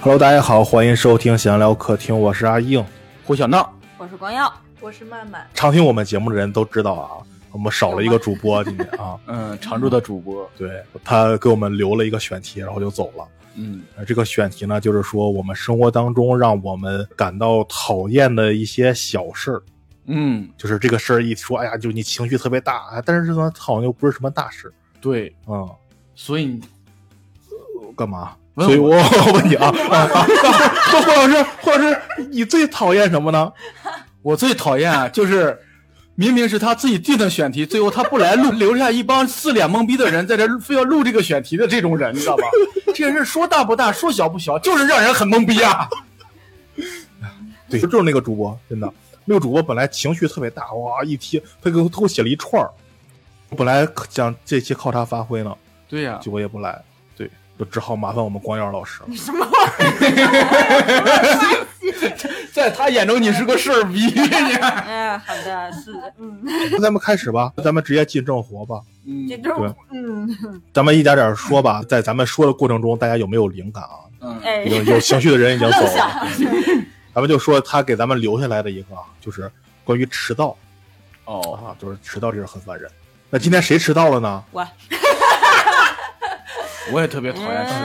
Hello，大家好，欢迎收听闲聊客厅，我是阿硬。胡小闹，我是光耀，我是曼曼，常听我们节目的人都知道啊，我们少了一个主播今天 啊，嗯，常驻的主播，对他给我们留了一个选题，然后就走了。嗯呃这个选题呢，就是说我们生活当中让我们感到讨厌的一些小事儿，嗯，就是这个事儿一说，哎呀，就你情绪特别大，啊但是呢，好像又不是什么大事，对，嗯，所以你干嘛？问所以 我我我问你啊， 啊或或者是或者是你最讨厌什么呢？我最讨厌啊，就是明明是他自己定的选题，最后他不来录， 留下一帮四脸懵逼的人在这非要录这个选题的这种人，你知道吧？这个事儿说大不大，说小不小，就是让人很懵逼啊。对，就就是那个主播，真的，那个主播本来情绪特别大，哇，一贴他给我他给我写了一串儿，我本来想这期靠他发挥呢， 对呀、结果也不来，对，就只好麻烦我们光耀老师了。在他眼中你是个事儿 逼，你哎，好的，是的，嗯，那咱们开始吧，咱们直接进正活吧，这嗯周对嗯，咱们一点点说吧，在咱们说的过程中，大家有没有灵感啊？嗯，哎，有有情绪的人已经 走愣了，想，咱们就说他给咱们留下来的一个啊，就是关于迟到哦，啊，就是迟到这是很烦人。那今天谁迟到了呢？我我也特别讨厌迟嗯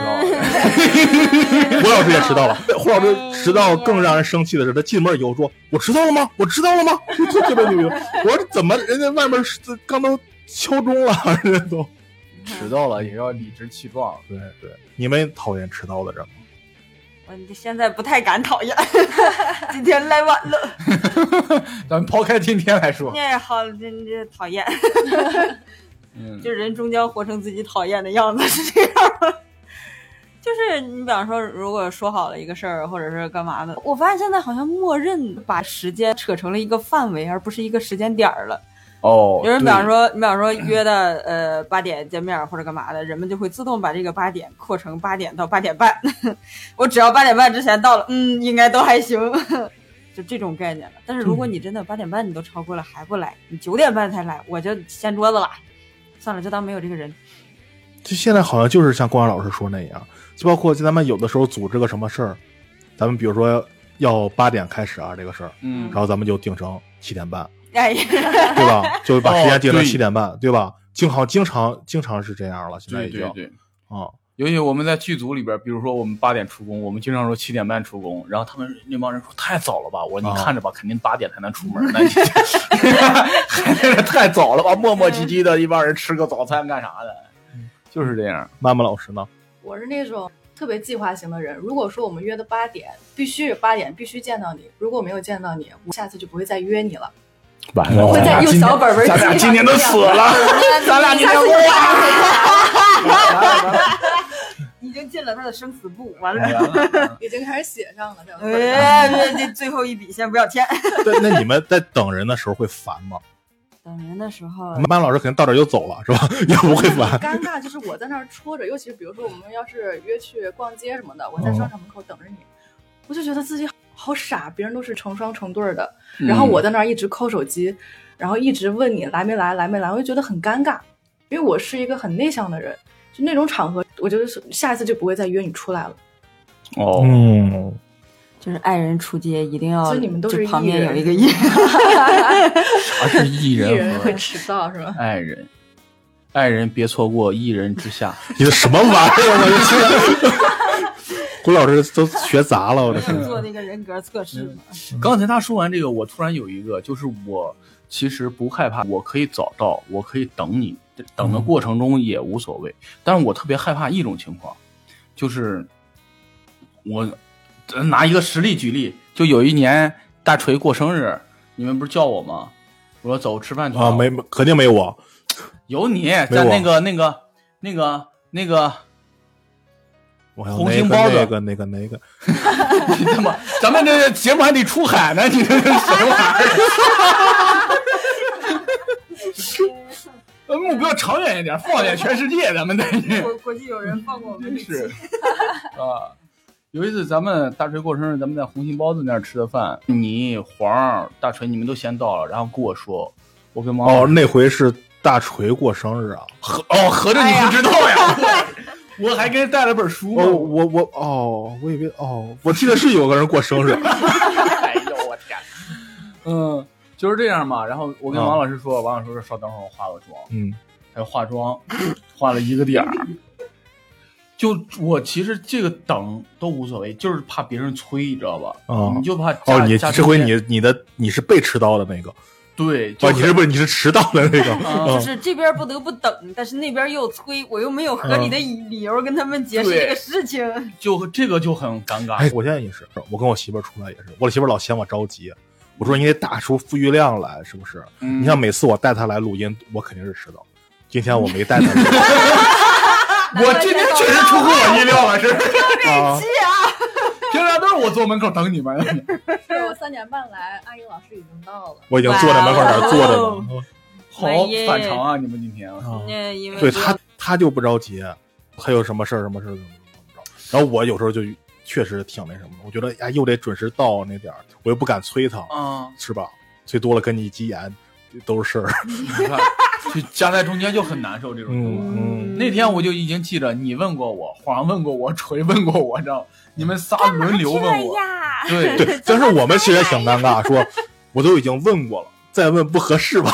到。胡老师也迟到了，胡老师迟到更让人生气的是，他进门以后说：“我迟到了吗？我迟到了吗？”就特特别牛逼。我说怎么人家外面是刚都敲钟了，人家都迟到了也要理直气壮， 对对。你们讨厌迟到的人吗？嗯我现在不太敢讨厌， 今天来晚了，咱们抛开今天来说，哎，好，真这讨厌，嗯就人终将活成自己讨厌的样子，是这样吗？就是你比方说，如果说好了一个事儿，或者是干嘛的，我发现现在好像默认把时间扯成了一个范围，而不是一个时间点儿了。哦有人比对方说，你比方说约的 呃八点见面或者干嘛的，人们就会自动把这个八点扩成八点到八点半。 我只要八点半之前到了，嗯，应该都还行， 就这种概念了。但是如嗯果你真的八点半你都超过了还不来，你九点半才来，我就掀桌子了。算了，就当没有这个人。就现在好像就是像光阳老师说那样，就包括咱们有的时候组织个什么事儿，咱们比如说要八点开始啊这个事儿，嗯然后咱们就定成七点半，哎呀， 对吧？就把时间定成哦对七点半，对吧？经常经常经常是这样了，现在对已经对啊。对，尤其我们在剧组里边，比如说我们八点出工，我们经常说七点半出工，然后他们那帮人说太早了吧，我说啊你看着吧，肯定八点才能出门呢，你 还在这太早了吧，磨磨唧唧的一帮人吃个早餐干啥的，就是这样，妈妈老师呢？我是那种特别计划型的人。如果说我们约的八点，必须是八点，必须见到你。如果没有见到你，我下次就不会再约你了，完了我会再用小本本记哦咱俩上今年都死这样。了， 咱俩今年哇，已经进了他的生死簿，完完 了。了完了已经开始写上了，在我本 上哎，这这最后一笔先不要签。 那那你们在等人的时候会烦吗？等人的时候，曼老师肯定到这儿就走了，是吧？ 也不会烦。尴尬就是我在那儿戳着，尤其是比如说我们要是约去逛街什么的，我在哦商场门口等着你，我就觉得自己好傻，别人都是成双成对儿的，然后嗯我在那儿一直抠手机，然后一直问你来没来，来没来，我就觉得很尴尬，因为我是一个很内向的人，就那种场合，我就是下次就不会再约你出来了。哦，嗯，就是爱人出街一定要，所以你们都是就旁艺边人有一个艺人。啥是艺艺人人和会迟到是 吗？爱人，爱人别错过一人之下，你这什么玩意儿？我这现在， 胡老师都学砸了，我这要 嗯是。做那个人格测试吗？刚才他说完这个，我突然有一个，就是我其实不害怕，我可以早到，我可以等你，等嗯的过程中也无所谓。但是我特别害怕一种情况，就是我呃拿一个实例举例，就有一年大锤过生日，你们不是叫我吗？我说走吃饭去啊，没没肯定没我，有你没在我那个那个那个那个，我还有红那星个包子嗯那个那个那个， 你他妈，咱们这节目还得出海呢，你这是什么玩意儿？呃 目标长 远一点，放眼全世界，咱们得国国际有人放过我们真这 期是，啊，有一次咱们大锤过生日，咱们在红心包子那儿吃的饭，你黄儿大锤你们都先到了，然后跟我说，我跟毛哦，那回是大锤过生日啊！合哦合着你不知道呀，我我还给人带了本书呢哦，我我哦，我以为哦，我记得是有个人过生 日，哎呦我天，嗯，就是这样嘛。然后我跟王老师说，王老师说稍等会儿我化个妆，嗯，他就化妆，化了一个点儿。 就我其实这个等都无所谓，就是怕别人催，你知道吧？哦你就怕加哦，你加这回中间你你的你是被迟到的那个，对，就哦，很你是不是你是迟到的那个？啊 就嗯是这边不得不等，但是那边又催，我又没有合理的嗯理由跟他们解释这个事情。就这个就很尴尬。哎，我现在也是，我跟我媳妇儿出来也是，我媳妇儿老嫌我着急，我说你得打出富裕量来，是不是？嗯你像每次我带她来录音，我肯定是迟到。今天我没带她来 我今天确实出乎我意料了，是啊， 平常都是我坐门口等你们。 是我三点半来，阿英老师已经到了。我已经坐在门口那哦儿坐着呢。好哎耶反常啊！你们今天啊 那因为对这他，他就不着急，他有什么事儿，什么事儿怎么怎么着。然后我有时候就确实挺那什么的，我觉得呀，又得准时到那点儿，我又不敢催他，啊，是吧？最多了跟你一急眼，都 是事儿。你看，就夹在中间就很难受这种。嗯那天我就已经记着，你问过我，黄问过我，锤问过我，知道吗？你们仨轮流哎问我。呀，对对，但是我们其实也挺尴尬，说我都已经问过了，再问不合适吧？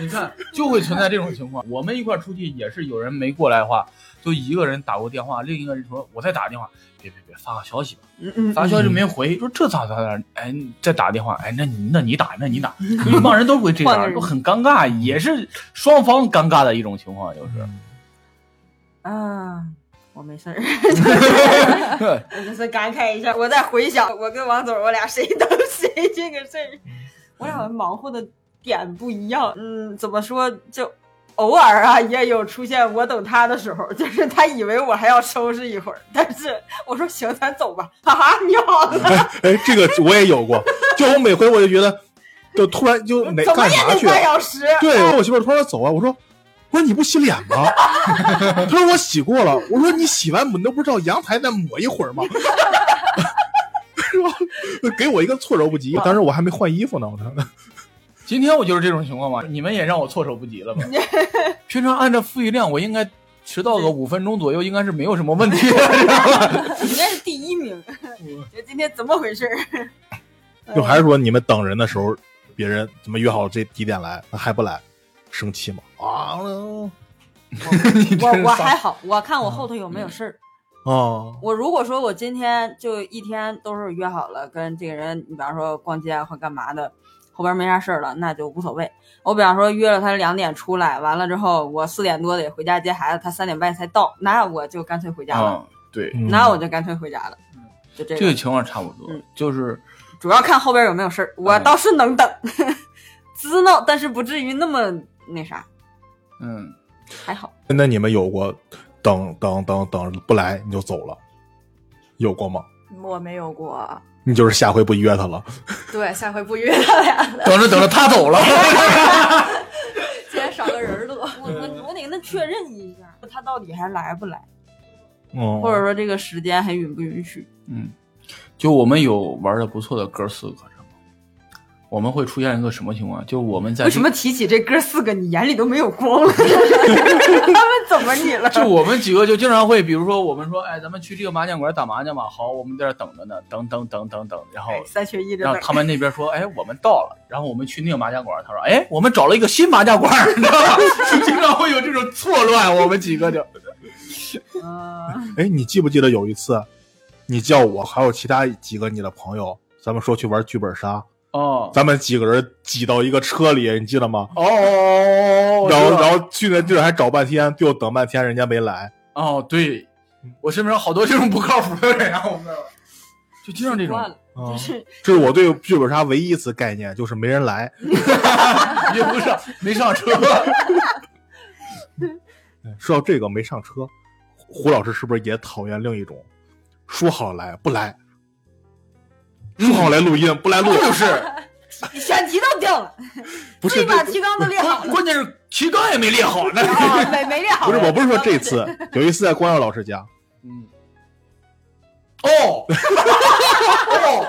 你看，就会存在这种情况。我们一块儿出去也是有人没过来的话，就一个人打过电话，另一个人说我再打个电话，别别别，发个消息吧。嗯嗯，发消息没回，说这咋咋咋？哎，你再打电话，哎，那你那你打，那你打，一帮人都会这换个样，人就很尴尬，也是双方尴尬的一种情况，就是。 啊，我没事儿，对， 我就是感慨一下，我在回想我跟王总我俩谁等谁这个事儿，嗯我俩忙活的点不一样。嗯，怎么说就。偶尔啊，也有出现我等他的时候，就是他以为我还要收拾一会儿，但是我说行，咱走吧，哈哈，你好了，哎哎，这个我也有过， 就我每回我就觉得，就突然就哪怎么干也啥得哎去？啊半 小时，对，我媳妇儿突然走啊，我说。我说你不洗脸吗？ 她说我洗过了。我说你洗完你都不知道阳台再抹一会儿吗？ 是吧？给我一个措手不及。当啊时我还没换衣服呢，我嗯说今天我就是这种情况嘛，你们也让我措手不及了吧？ 平常按照富裕量，我应该迟到个五分钟左右，应该是没有什么 问题的。你那是第一名，嗯觉得今天怎么回事儿？ 就还是说你们等人的时候，别人怎么约好这几点来，还不来，生气吗？啊嗯我 真是我丧嗯还好，我看我后头有没有事儿。啊！我如果说我今天就一天都是约好了跟这个人，你比方说逛街啊或干嘛的，后边没啥事儿了，那就无所谓。我比方说约了他两点出来，完了之后我四点多得回家接孩子，他三点半才到，那我就干脆回家嗯，了，对，那我就干脆回家了。就这这个个，情况差不多嗯，就是主要看后边有没有事儿。我倒是能等，滋闹，但是不至于那么那啥，嗯，还好。那你们有过等等等等不来你就走了，有过吗？嗯我没有过，你就是下回不约他了，对，下回不约他俩了，等着等着他 走了，今天少个人了都。我我我得跟他确认一下，他到底还来不来，嗯，或者说这个时间还允不允许？嗯，就我们有玩的不错的哥四个，知道吗？我们会出现一个什么情况？就我们在为什么提起这哥四个，你眼里都没有光？他们怎么你了？就我们几个就经常会，比如说我们说，哎，咱们去这个麻将馆打麻将吧。好，我们在这儿等着呢，等等等等等，然后哦哎三缺一这让本他们那边说，哎，我们到了。然后我们去那个麻将馆，他说，哎，我们找了一个新麻将馆， 你知道吧？就经常会有这种错乱，我们几个就嗯，哎，你记不记得有一次，你叫我还有其他几个你的朋友，咱们说去玩剧本杀， 哦咱们几个人挤到一个车里，你记得吗？哦哦，然后后然后去那地儿还找半天，最后等半天人家没来。哦，对，我身边好多这种不靠谱的人啊，我们就经常这种惯，了， 啊是这是我对剧本杀唯一一次概念，就是没人来。也不是没上 车。说到这个没上车，胡老师是不是也讨厌另一种？说好来不来，说好来录音不来录，就是，选题都定了，不这是把这提纲都列好关关键是旗杆也没列好 呢。了，没没列好。不是，我不是说这次，有一次在光耀老师家，嗯，哦，哦，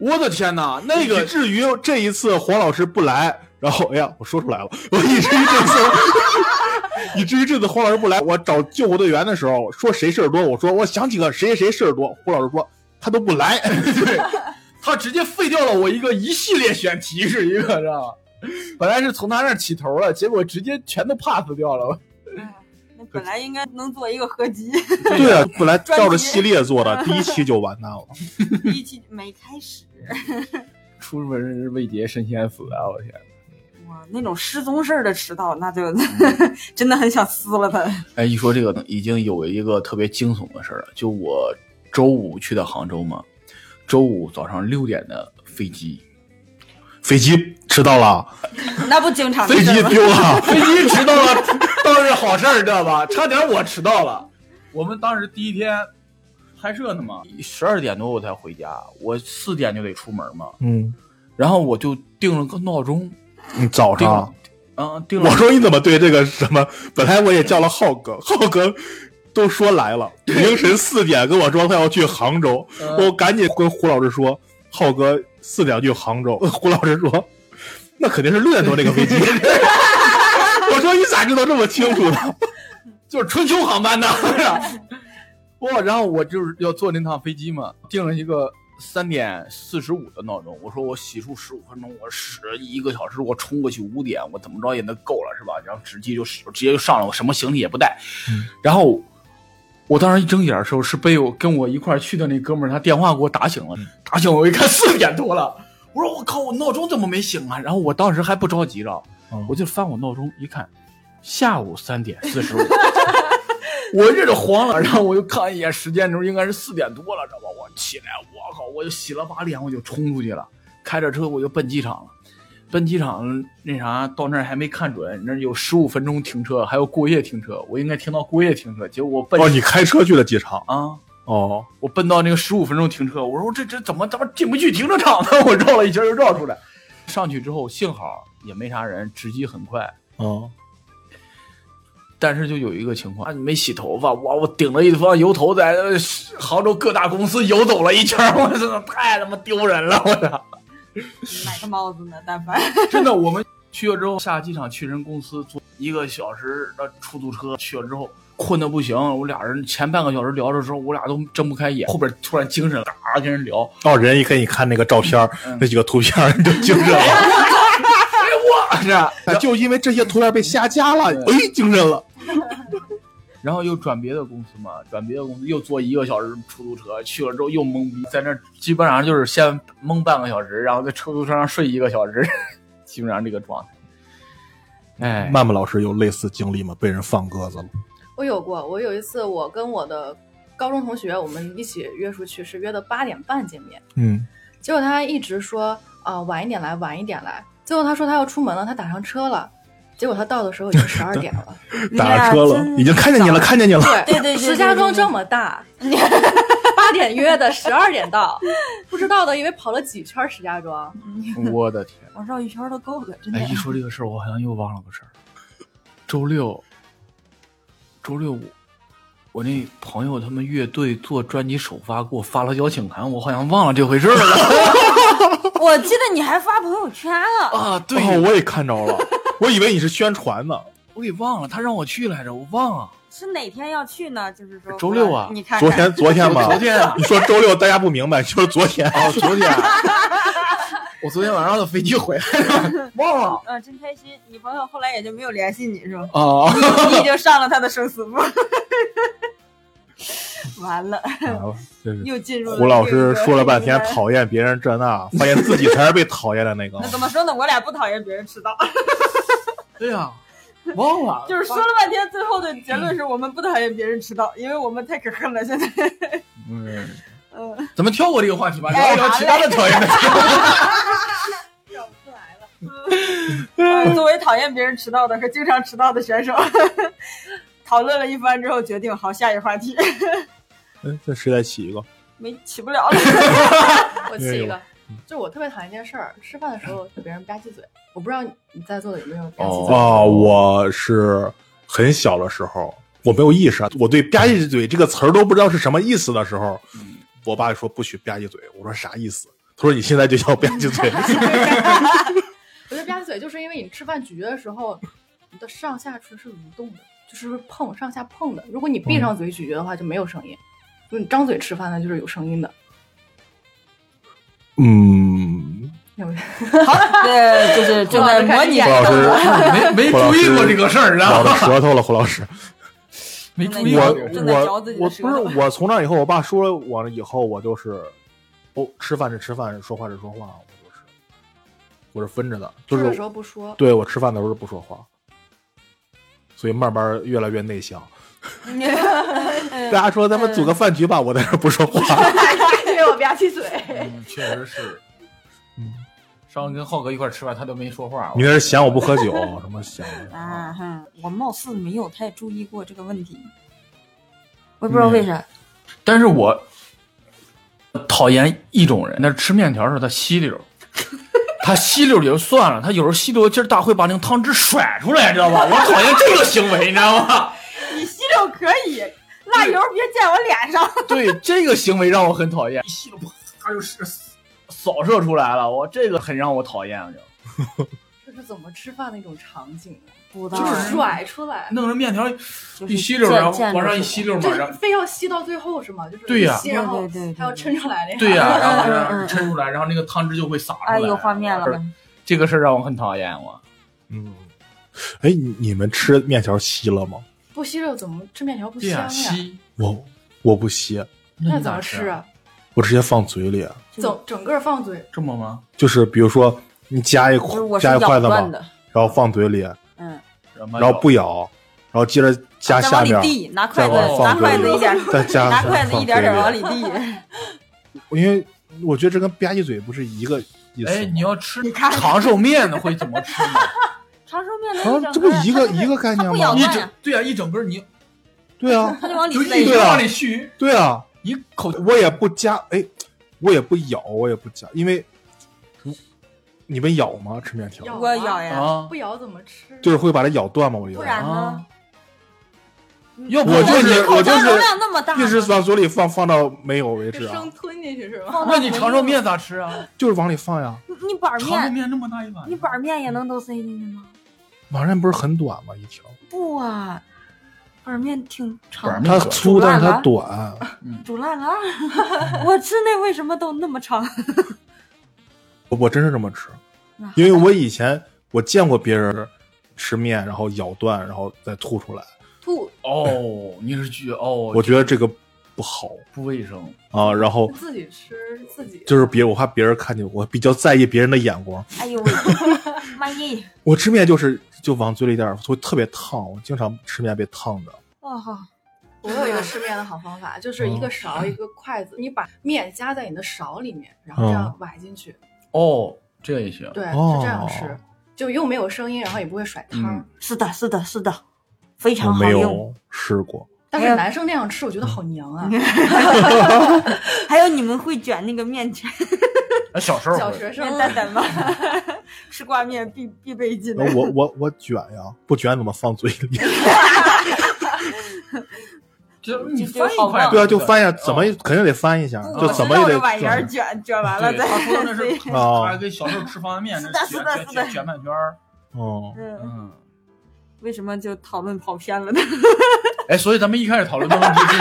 我的天哪，那以个至于这一次黄老师不来，然后哎呀，我说出来了，我以至于这次， 以至于这次黄老师不来，我找救护队员的时候说谁事儿多，我说我想几个谁谁谁事儿多，胡老师说他都不来，他直接废掉了我一个一系列选题，是一个知道吗？本来是从他那儿起头了，结果直接全都 pass 掉了。那本来应该能做一个 合集，对啊，本来专照着辑系列做的，第一期就完蛋了。一期没开始，出门未捷身先死啊！我天，哇，那种失踪事儿的迟到，那就 真的很想撕了他。哎，一说这个，已经有一个特别惊悚的事儿了。就我周五去的杭州嘛，周五早上六点的飞机，飞机迟到了，那不经常的飞事机儿吗？丢了， 飞机迟到了，倒是好事儿，知道吧？差点我迟到了。我们当时第一天拍摄呢嘛，十二点多我才回家，我四点就得出门嘛，嗯，然后我就定了个闹钟，你早定啊上了。，嗯，定了。我说你怎么对这个什么？本来我也叫了 浩哥，浩哥都说来了，凌晨四点跟我说他要去杭州，嗯我赶紧跟胡老师说，浩哥四点去杭州。 胡老师说，那肯定是六点多那个 飞机。我说你咋知道这么清楚呢？就是春秋航班的，哇，然后我就是要坐那趟飞机嘛，定了一个三点四十五的闹钟。我说我洗漱十五分钟，我使一个小时，我冲过去五点，我怎么着也能够了是吧？然后直接就使直接就上了，我什么行李也不带。然后我当时一睁眼的时候，是被我跟我一块儿去的那哥们儿他电话给我打醒了，打醒我一看四点多了，我说我靠，我闹钟怎么没醒啊？然后我当时还不着急着，嗯我就翻我闹钟一看，下午三点四十五。 我这就慌了，然后我就看一眼时间钟，应该是四点多了，知道吧？我起来，我靠，我就洗了把脸，我就冲出去了，开着车我就奔机场了。奔机场那啥，到那儿还没看准，那儿有十五分钟停车，还有过夜停车。我应该停到过夜停车，结果我奔哦，你开车去了机场啊，哦，我奔到那个十五分钟停车，我说这这怎么怎么进不去停车场呢？ 我绕了一圈又绕出来，上去之后幸好也没啥人，直击很快，哦，但是就有一个情况，啊、没洗头发，哇，我顶了一方油头在呃杭州各大公司游走了一圈，我 真的太他妈丢人了，我操！买个帽子呢，但凡真的，我们去了之后下机场去人公司坐一个小时的出租车，去了之后困的不行，我俩人前半个小时聊的时候，我俩都睁不开眼，后边突然精神了，嘎跟人聊，哦，人一给你看那个照片儿，嗯那几个图片儿你就精 神哎了，啊是啊啊就因为这些图片被下架了，哎，精神了。然后又转别的公司嘛，转别的公司又坐一个小时出租车，去了之后又懵逼，在那儿基本上就是先懵半个小时，然后在出租车上睡一个小时， 基本上这个状态。哎，曼曼老师有类似经历吗？被人放鸽子了？ 我有过，我有一次我跟我的高中同学，我们一起约出去，是约的八点半见面，嗯，结果他一直说啊、呃晚一点来，晚一点来，最后他说他要出门了，他打上车了，结果他到的时 候已经十二点了， 打上车了，已经看见你了，看见你了。对对对对石家庄这么大，八点约的，十二点到，不知道的以为跑了几圈石家庄，我的天！我绕一圈都够了，真的 哎，。一说这个事儿，我好像又忘了个事儿。周六，周六我，我那朋友他们乐队做专辑首发，给我发了邀请函，我好像忘了这回事儿了我记得你还发朋友圈了， 啊！对，哦，我也看着了，我以为你是宣传呢。我给忘了，他让我去来着，我忘了。是哪天要去呢？就是哎说周六啊你看看昨天，昨天吧，昨天 啊你说周六大家不明白，就是昨天。哦，昨天，我昨天晚上的飞机回来了， 忘了。？啊，真开心！你朋友后来也就没有联系你是吧 哦，你已经上了他的生死簿， 完了，又进入了胡老师说了半天这个讨厌别人这那，发现自己才是被讨厌的那个那。怎么说呢？我俩不讨厌别 人迟到， 对呀、忘了。就是说了半天，最后的结论是我们不讨厌别人迟到，因为我们太可恨了。现在， 嗯，嗯，咱们跳过这个话题吧，聊哎一聊其他的讨厌的。绕不出来了。呃作为讨厌别人迟到的和经常迟到的选手， 讨论了一番之后，决定好下一话题，嗯，这谁再起一个？没起不了 了。我也起一有个，就是我特别讨厌一件事儿，吃饭的时候给别人吧唧嘴。哦哦我不知道你在座的有没有吧唧嘴。啊，我是很小的时候，我没有意识啊，我对“吧唧嘴”这个词儿都不知道是什么意思的时候，嗯我爸就说不许吧唧嘴，我说啥意思？他说你现在就叫吧唧 嘴，我觉得吧唧嘴就是因为你吃饭咀嚼的时候，你的上下唇是蠕动的，就是碰上下碰的。如果你闭上嘴咀嚼的话，就没有声音；如果你张嘴吃饭呢，就是有声音的。嗯，有好，呃，就是正在模拟哇胡老哎师 没没注意过这个事儿，然咬后着舌头了，胡老 师。没注意我过我这个事正在嚼自己的我舌不是头我从那以后，我爸说了我以后我就是，哦，吃饭是吃饭，说话是说话，我就是我是分着的，就吃的是时候不说， 对我吃饭的时候不说话，所以慢慢越来越内 向。大家说咱们组个饭局吧，我在这儿不说话。因为我吧唧嘴。嗯，确实是。上回跟浩哥一块儿吃饭，他都没说话。你那是嫌我不喝酒，什么嫌我？啊哈，我貌似没有太注意过这个问题，我也不知道为啥。但是我讨厌一种人，那是吃面条的时候他吸溜儿，他吸溜儿也就算了，他有时候吸溜儿劲儿大，会把那个汤汁甩出来，知道吧？我讨厌这个行为，你知道吗？你吸溜可以，辣油别溅我脸上。 对，这个行为让我很讨厌，一吸溜儿啪，它就是扫射出来了，我这个很让我讨厌，啊就这是怎么吃饭的一种场景啊？不知就道是甩出来，弄着面条就是一吸溜儿，然后溅往上一溅吸溜儿，就往是嗯上。 非要吸到最后是吗？就是对呀一吸然后对对对对还要抻出来那样对呀、然后嗯嗯让嗯抻出来，然后那个汤汁就会洒出来。哎，有画面了。这个事儿让我很讨厌我。嗯，哎，你你们吃面条吸了吗？不吸肉怎么吃面条不对呀、香呀？吸，我我不吸，那怎么吃？啊？我直接放嘴里，整整个放嘴，这么吗？就是比如说你夹一就是我块是夹一咬筷子嘛断，的，然后放嘴哎里，嗯，然然后不咬，然后接着夹啊再下往里面，递，拿筷子再往，拿放筷嘴子里一点，再夹拿筷子一点点往里。里递。因为我觉得这跟吧唧嘴不是一个意思。哎，你要吃看长寿面的会怎么吃呢？长寿面啊能，这不一个一个概它念不咬吗？一断整呀，对啊，一整根儿你对啊，它就往里就塞一对直啊。往里续，对啊，一口我也不夹，哎，我也不咬，我也不夹，因为你们咬吗？吃面条咬我咬呀，啊不，咬怎么吃？就是会把它咬断吗？我以不为，然呢啊？要不我就就是是我就口腔容是量那么大，一直往嘴里放，放到没有为止就啊生，吞进去是吗？那你长寿面咋吃 啊？就是往里放呀。你你板长寿面，面那么大一碗，你板面也能都塞进去吗？马上不是很短吗？一条，不啊，板面挺长板的，面它短粗，但是煮烂它了短。煮烂了。啊 我吃那为什么都那么长？我我真是这么吃，因为我以前我见过别人吃面，然后咬断，然后再吐出来，吐哦，你是觉哦，我觉得这个不好不卫生。啊。然后自己吃自己。就是别我怕别人看见我，比较在意别人的眼光。哎呦喂，妈耶！我吃面就是就往嘴里点儿，会特别烫，我经常吃面被烫的。哇哈，我有一嗯个吃面的好方法，就是一个哦勺一个筷子，你把面夹在你的勺里面，然后这样崴进去，哦，这也行。对，嗯哦是这样吃，就又没有声音，然后也不会甩汤。嗯是的，是的，是的，非我常好没用。有试过，但哎是男生那样吃，我觉得好娘啊！嗯 还有你们会卷那个面卷，哎小时候小会学生面蛋蛋 吗？ 吃挂面必必备技能。我我我卷呀，不卷怎么放嘴里？ 就你就翻一好块棒儿，对啊，就翻一下，哦怎么肯定得翻一下，不就嗯我怎知么道也这得碗沿转儿卷，卷完了对，再他说的那塞 是，哦他跟小时候吃方便面是的那是的卷是卷的卷卷半圈儿，嗯，嗯，嗯。为什么就讨论跑偏了呢？哎，所以咱们一开始讨论的问题是，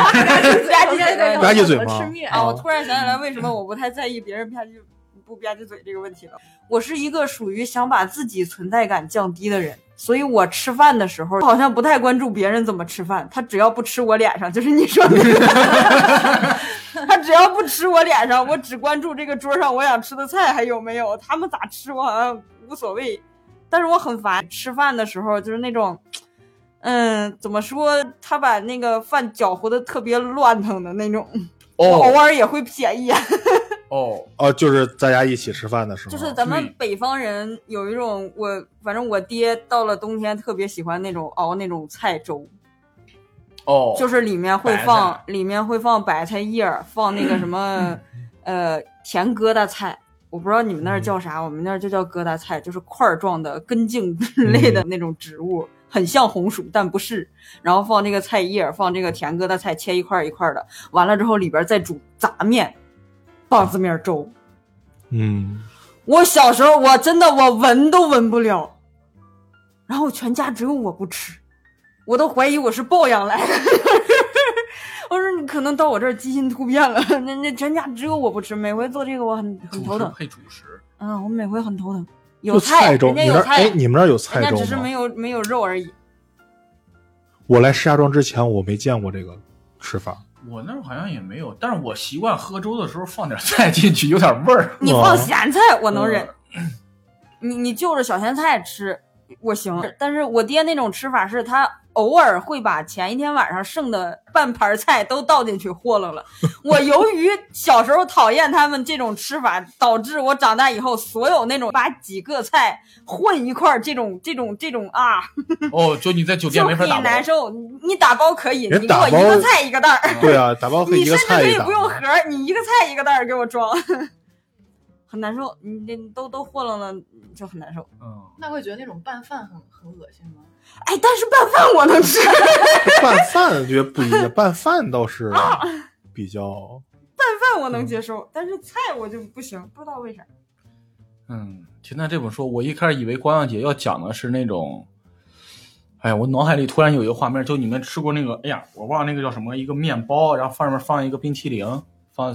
吧唧嘴对，吧唧嘴吗哦吃面啊，我突然想起来，为什么我不太在意别人吧唧不吧唧嘴这个问题了？我是一个属于想把自己存在感降低的人，所以我吃饭的时候好像不太关注别人怎么吃饭，他只要不吃我脸上，就是你说的， 他只要不吃我脸上，我只关注这个桌上我想吃的菜还有没有，他们咋吃我好像无所谓，但是我很烦吃饭的时候就是那种。嗯，怎么说？他把那个饭搅和的特别乱腾的那种，我偶尔也会啊瞥一眼。哦，哦，就是大家一起吃饭的时候， 就是咱们对北方人有一种，我反正我爹到了冬天特别喜欢那种熬那种菜粥，哦，就是里面会白菜放里面会放白菜叶儿，放那个什么 呃甜疙瘩菜。我不知道你嗯嗯们那儿叫啥，我们那儿就叫疙瘩菜，就是块儿状的根茎之类的那种植物，很像红薯，但不是。然后放这个菜叶，放这个甜疙瘩菜，切一块儿一块儿的。完了之后里边再煮杂面，棒子面粥。嗯，我小时候我真的我闻都闻不了，然后全家只有我不吃，我都怀疑我是抱养来的。 我说你可能到我这儿基因突变了， 那那全家只有我不吃，每回做这个我很很主头食疼。配主食，嗯，我每回很头疼。有就菜粥，人家你那有儿哎，菜，你们那儿有人菜家粥只是没吗？哦有没有肉而已。我来石家庄之前，我没见过这个吃法。哦我那儿好像也没有，但是我习惯喝粥的时候放点菜进去，有点味儿。你哦放咸菜我能忍，你你就着小咸菜吃我行，但是我爹那种吃法是他偶尔会把前一天晚上剩的半盘菜都倒进去和弄了。我由于小时候讨厌他们这种吃法，导致我长大以后所有那种把几个菜混一块儿这种这种这种啊，哦，就你在酒店就没法你打包。难受。 你你打包可以，人你给打我一包个菜一个袋儿。嗯对啊，打包可以你一甚个至可菜一以打不。用盒儿，你一个菜一个袋儿给我装， 很难受。你这都都和弄了就很难受。嗯，那会觉得那种拌饭很很恶心吗？哎，但是拌饭我能吃，拌拌饭觉得不一样，拌饭倒是啊比较。饭我能接受，但是菜我就不行，不知道为啥。嗯，听他这么说，我一开始以为光耀姐要讲的是那种，哎呀，我脑海里突然有一个画面，就你们吃过那个，哎呀，我忘了那个叫什么，一个面包，然后上面放一个冰淇淋，放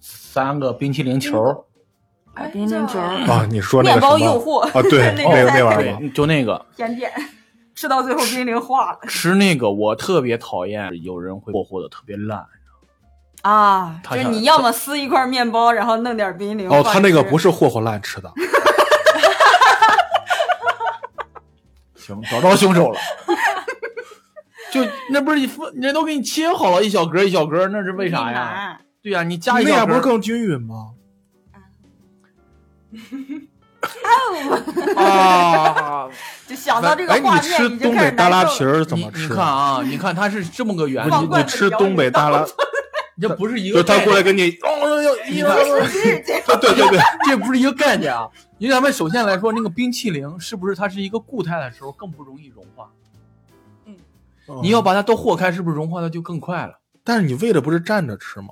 三个冰淇淋嗯球，哎，冰淇淋这 球儿啊，你说那个面什包么诱惑啊？对， 那个那个菜那玩意儿吗？对，就那个甜点，吃到最后冰凌化了吃那个，我特别讨厌有人会霍霍的特别烂。啊！他就是想你要么撕一块面包，然后弄点冰凌。哦，他那个不是是霍霍烂吃的，行，找着凶手了。就那不是一分，人都给你切好了，一小格一小格，那是为啥呀？？对呀、你加一啊那小样不格是更均匀吗？啊？就想到这个哎，你画面，吃你就东开北始大拉难皮受了。儿怎么你你吃？看啊，你看它是这么个原不理是，放你罐你子吃里东北 大拉，这不是一就个是他概念。过来跟你，哦要你要看 要， 对 对对对，这不是一个概念啊！因为咱们首先来说，那个冰淇淋是不是它是一个固态的时候更不容易融化？你要把它都和开，是不是融化的就更快了？嗯但是你喂的不是站着吃吗？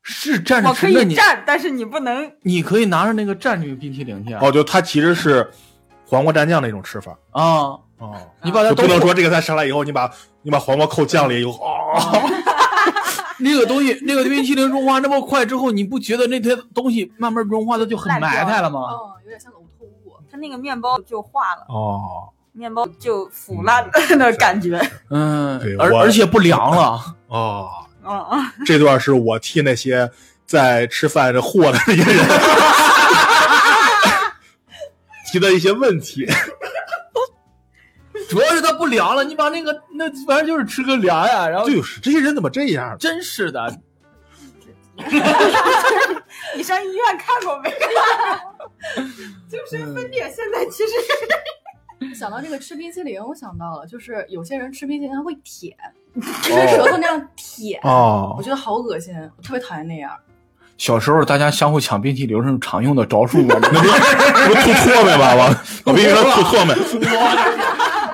是蘸着我可吃，那以你蘸，但是你不能你可以拿着那个蘸着冰淇淋去啊哦，就它其实是黄瓜蘸酱那种吃法啊！哦，你把它就都不能说这个菜上来以后，你把你把黄瓜扣酱里以后，哦，那个东西，那个冰淇淋融化那么快之后，你不觉得那些东西慢慢融化的就很埋汰了吗？嗯，有点像呕吐物。它那个面包就化了，哦面包就腐烂的感觉。嗯对，而我而且不凉了。哦，嗯嗯。这段是我替那些在吃饭这货的那些人 提的一些问题。主要是它不凉了，你把那个那反正就是吃个凉呀，然后就是哦这些人怎么这样？真是的，你上医院看过没？ 就是嗯分裂，现在其实想到这个吃冰淇淋，我想到了，就是有些人吃冰淇淋他会 舔，就跟舌头那样舔，我哦，觉得好恶心，我特别讨厌那样。小时候大家相互抢冰淇淋是常用的招数嘛。那不是不是吐唾沫吗？我我跟你说吐唾沫，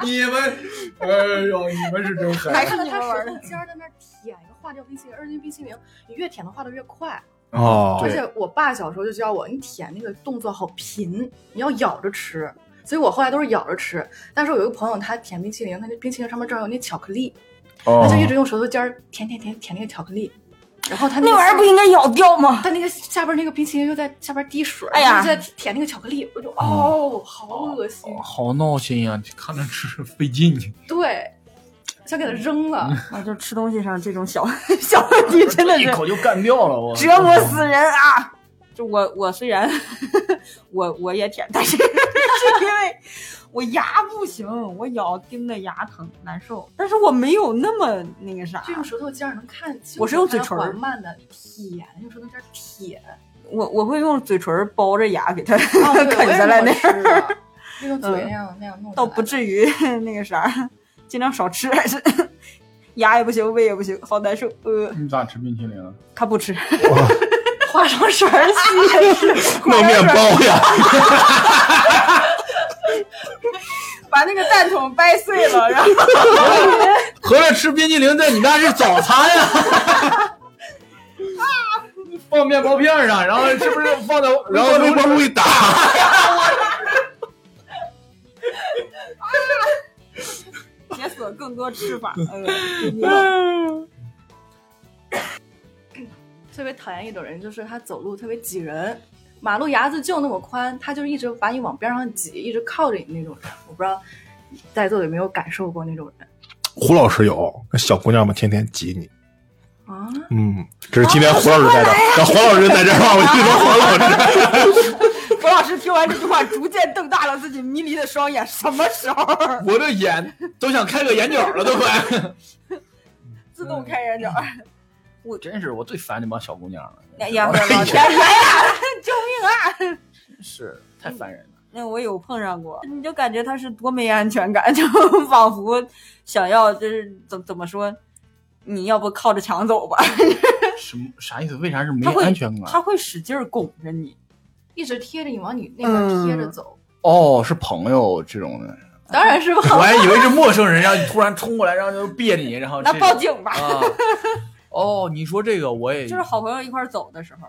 你们，哎呦，你们是真狠还是看到你他们玩舌的头尖儿在那儿舔一个化掉冰淇淋，而且冰淇淋你越舔它化的越快。 哦而且我爸小时候就教我，你舔那个动作好频，你要咬着吃。所以我后来都是咬着吃。但是我有一个朋友，他舔冰淇淋，他那冰淇淋上面正好有那巧克力，他就一直用舌头尖儿舔舔舔舔那个巧克力，然后他那个玩意儿下不应该咬掉吗？他那个下边那个冰淇淋又在下边滴水，哎呀就在舔那个巧克力，我就哦，好恶心，好闹心啊呀！看着吃费劲。对，想给它扔了。啊，就吃东西上这种小 小问题，真的一是口就干掉了，我折磨死人啊！就我我虽然我我也舔，但 是是因为我牙不行，我咬盯的牙疼难受，但是我没有那么那个啥就，用舌头尖儿能看清楚，我是用嘴唇儿缓慢的舔，用舌头尖儿 舔，我我会用嘴唇儿包着牙给它哦对 啃我也下来这么那样，吃 的那个嘴嗯那样、那样弄下来的，倒不至于那个啥，尽量少吃还是。牙也不行，胃也不行，好难受。呃，你咋吃冰淇淋？啊他不吃， 化妆水儿吸弄面包呀，把那个蛋筒掰碎了，然后合着吃冰激凌在你那是早餐呀、放面包片上，然后是不是放 到然后微波炉一打，解锁更多吃法。嗯，特别讨厌一种人，就是他走路特别挤人，马路牙子就那么宽，他就是一直把你往边上挤，一直靠着你那种人。我不知道在座有没有感受过那种人胡老师有，那小姑娘们天天挤你。啊？嗯，只是今天胡老师在这儿，那黄老师在这儿吧，我就说黄老师。 冯老师听完这句话，逐渐瞪大了自己迷离的双眼。什么时候？ 我这眼都想开个眼角了，都快。自动开眼角。我真是我最烦这帮小姑娘了，哎呀，老天爷呀！救命啊！真是太烦人了。那我有碰上过，你就感觉他是多没安全感， 就仿佛想要就是怎怎么说，你要不靠着墙走吧？什么啥意思？为啥是没他会安全 他感？会使劲儿拱着你，一直贴着你往你嗯那边贴着走，哦，是朋友这种的。嗯当然 是吧。我还以为是陌生人，让你突然冲过来，然后就别你，然后那这报警吧。啊。哦，你说这个我哎也就是好朋友一块儿走的时候，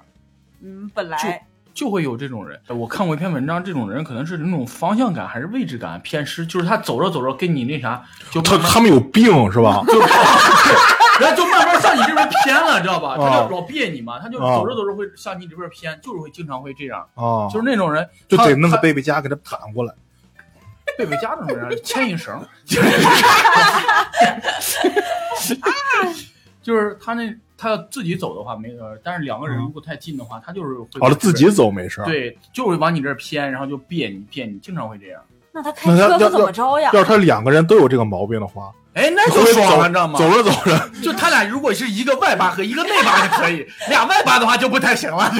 嗯，本就来就会有这种人。我看过一篇文章，这种人可能是那种方向感还是位置感偏失，就是他走着走着跟你那啥，就他 慢慢他们有病是吧？ 就然后就慢慢向你这边偏了，知道吧？他啊就老别你嘛，他就啊走着走着会向你这边偏，就是会经常会这样，啊，就是那种人就他得弄个他贝贝佳给他盘过来。贝贝家那种人，牵 引绳， 就是他那他自己走的话没事儿，但是两个人如果太近的话，他就是会哦，他自己走没事儿。，对，就会往你这儿偏，然后就别你别你，经常会这样。那他开那车要可怎么着呀？要是他两个人都有这个毛病的话，哎，那你就会爽了，你走知道吗？走着走着，就他俩如果是一个外八和一个内八就可以，俩外八的话就不太行 了。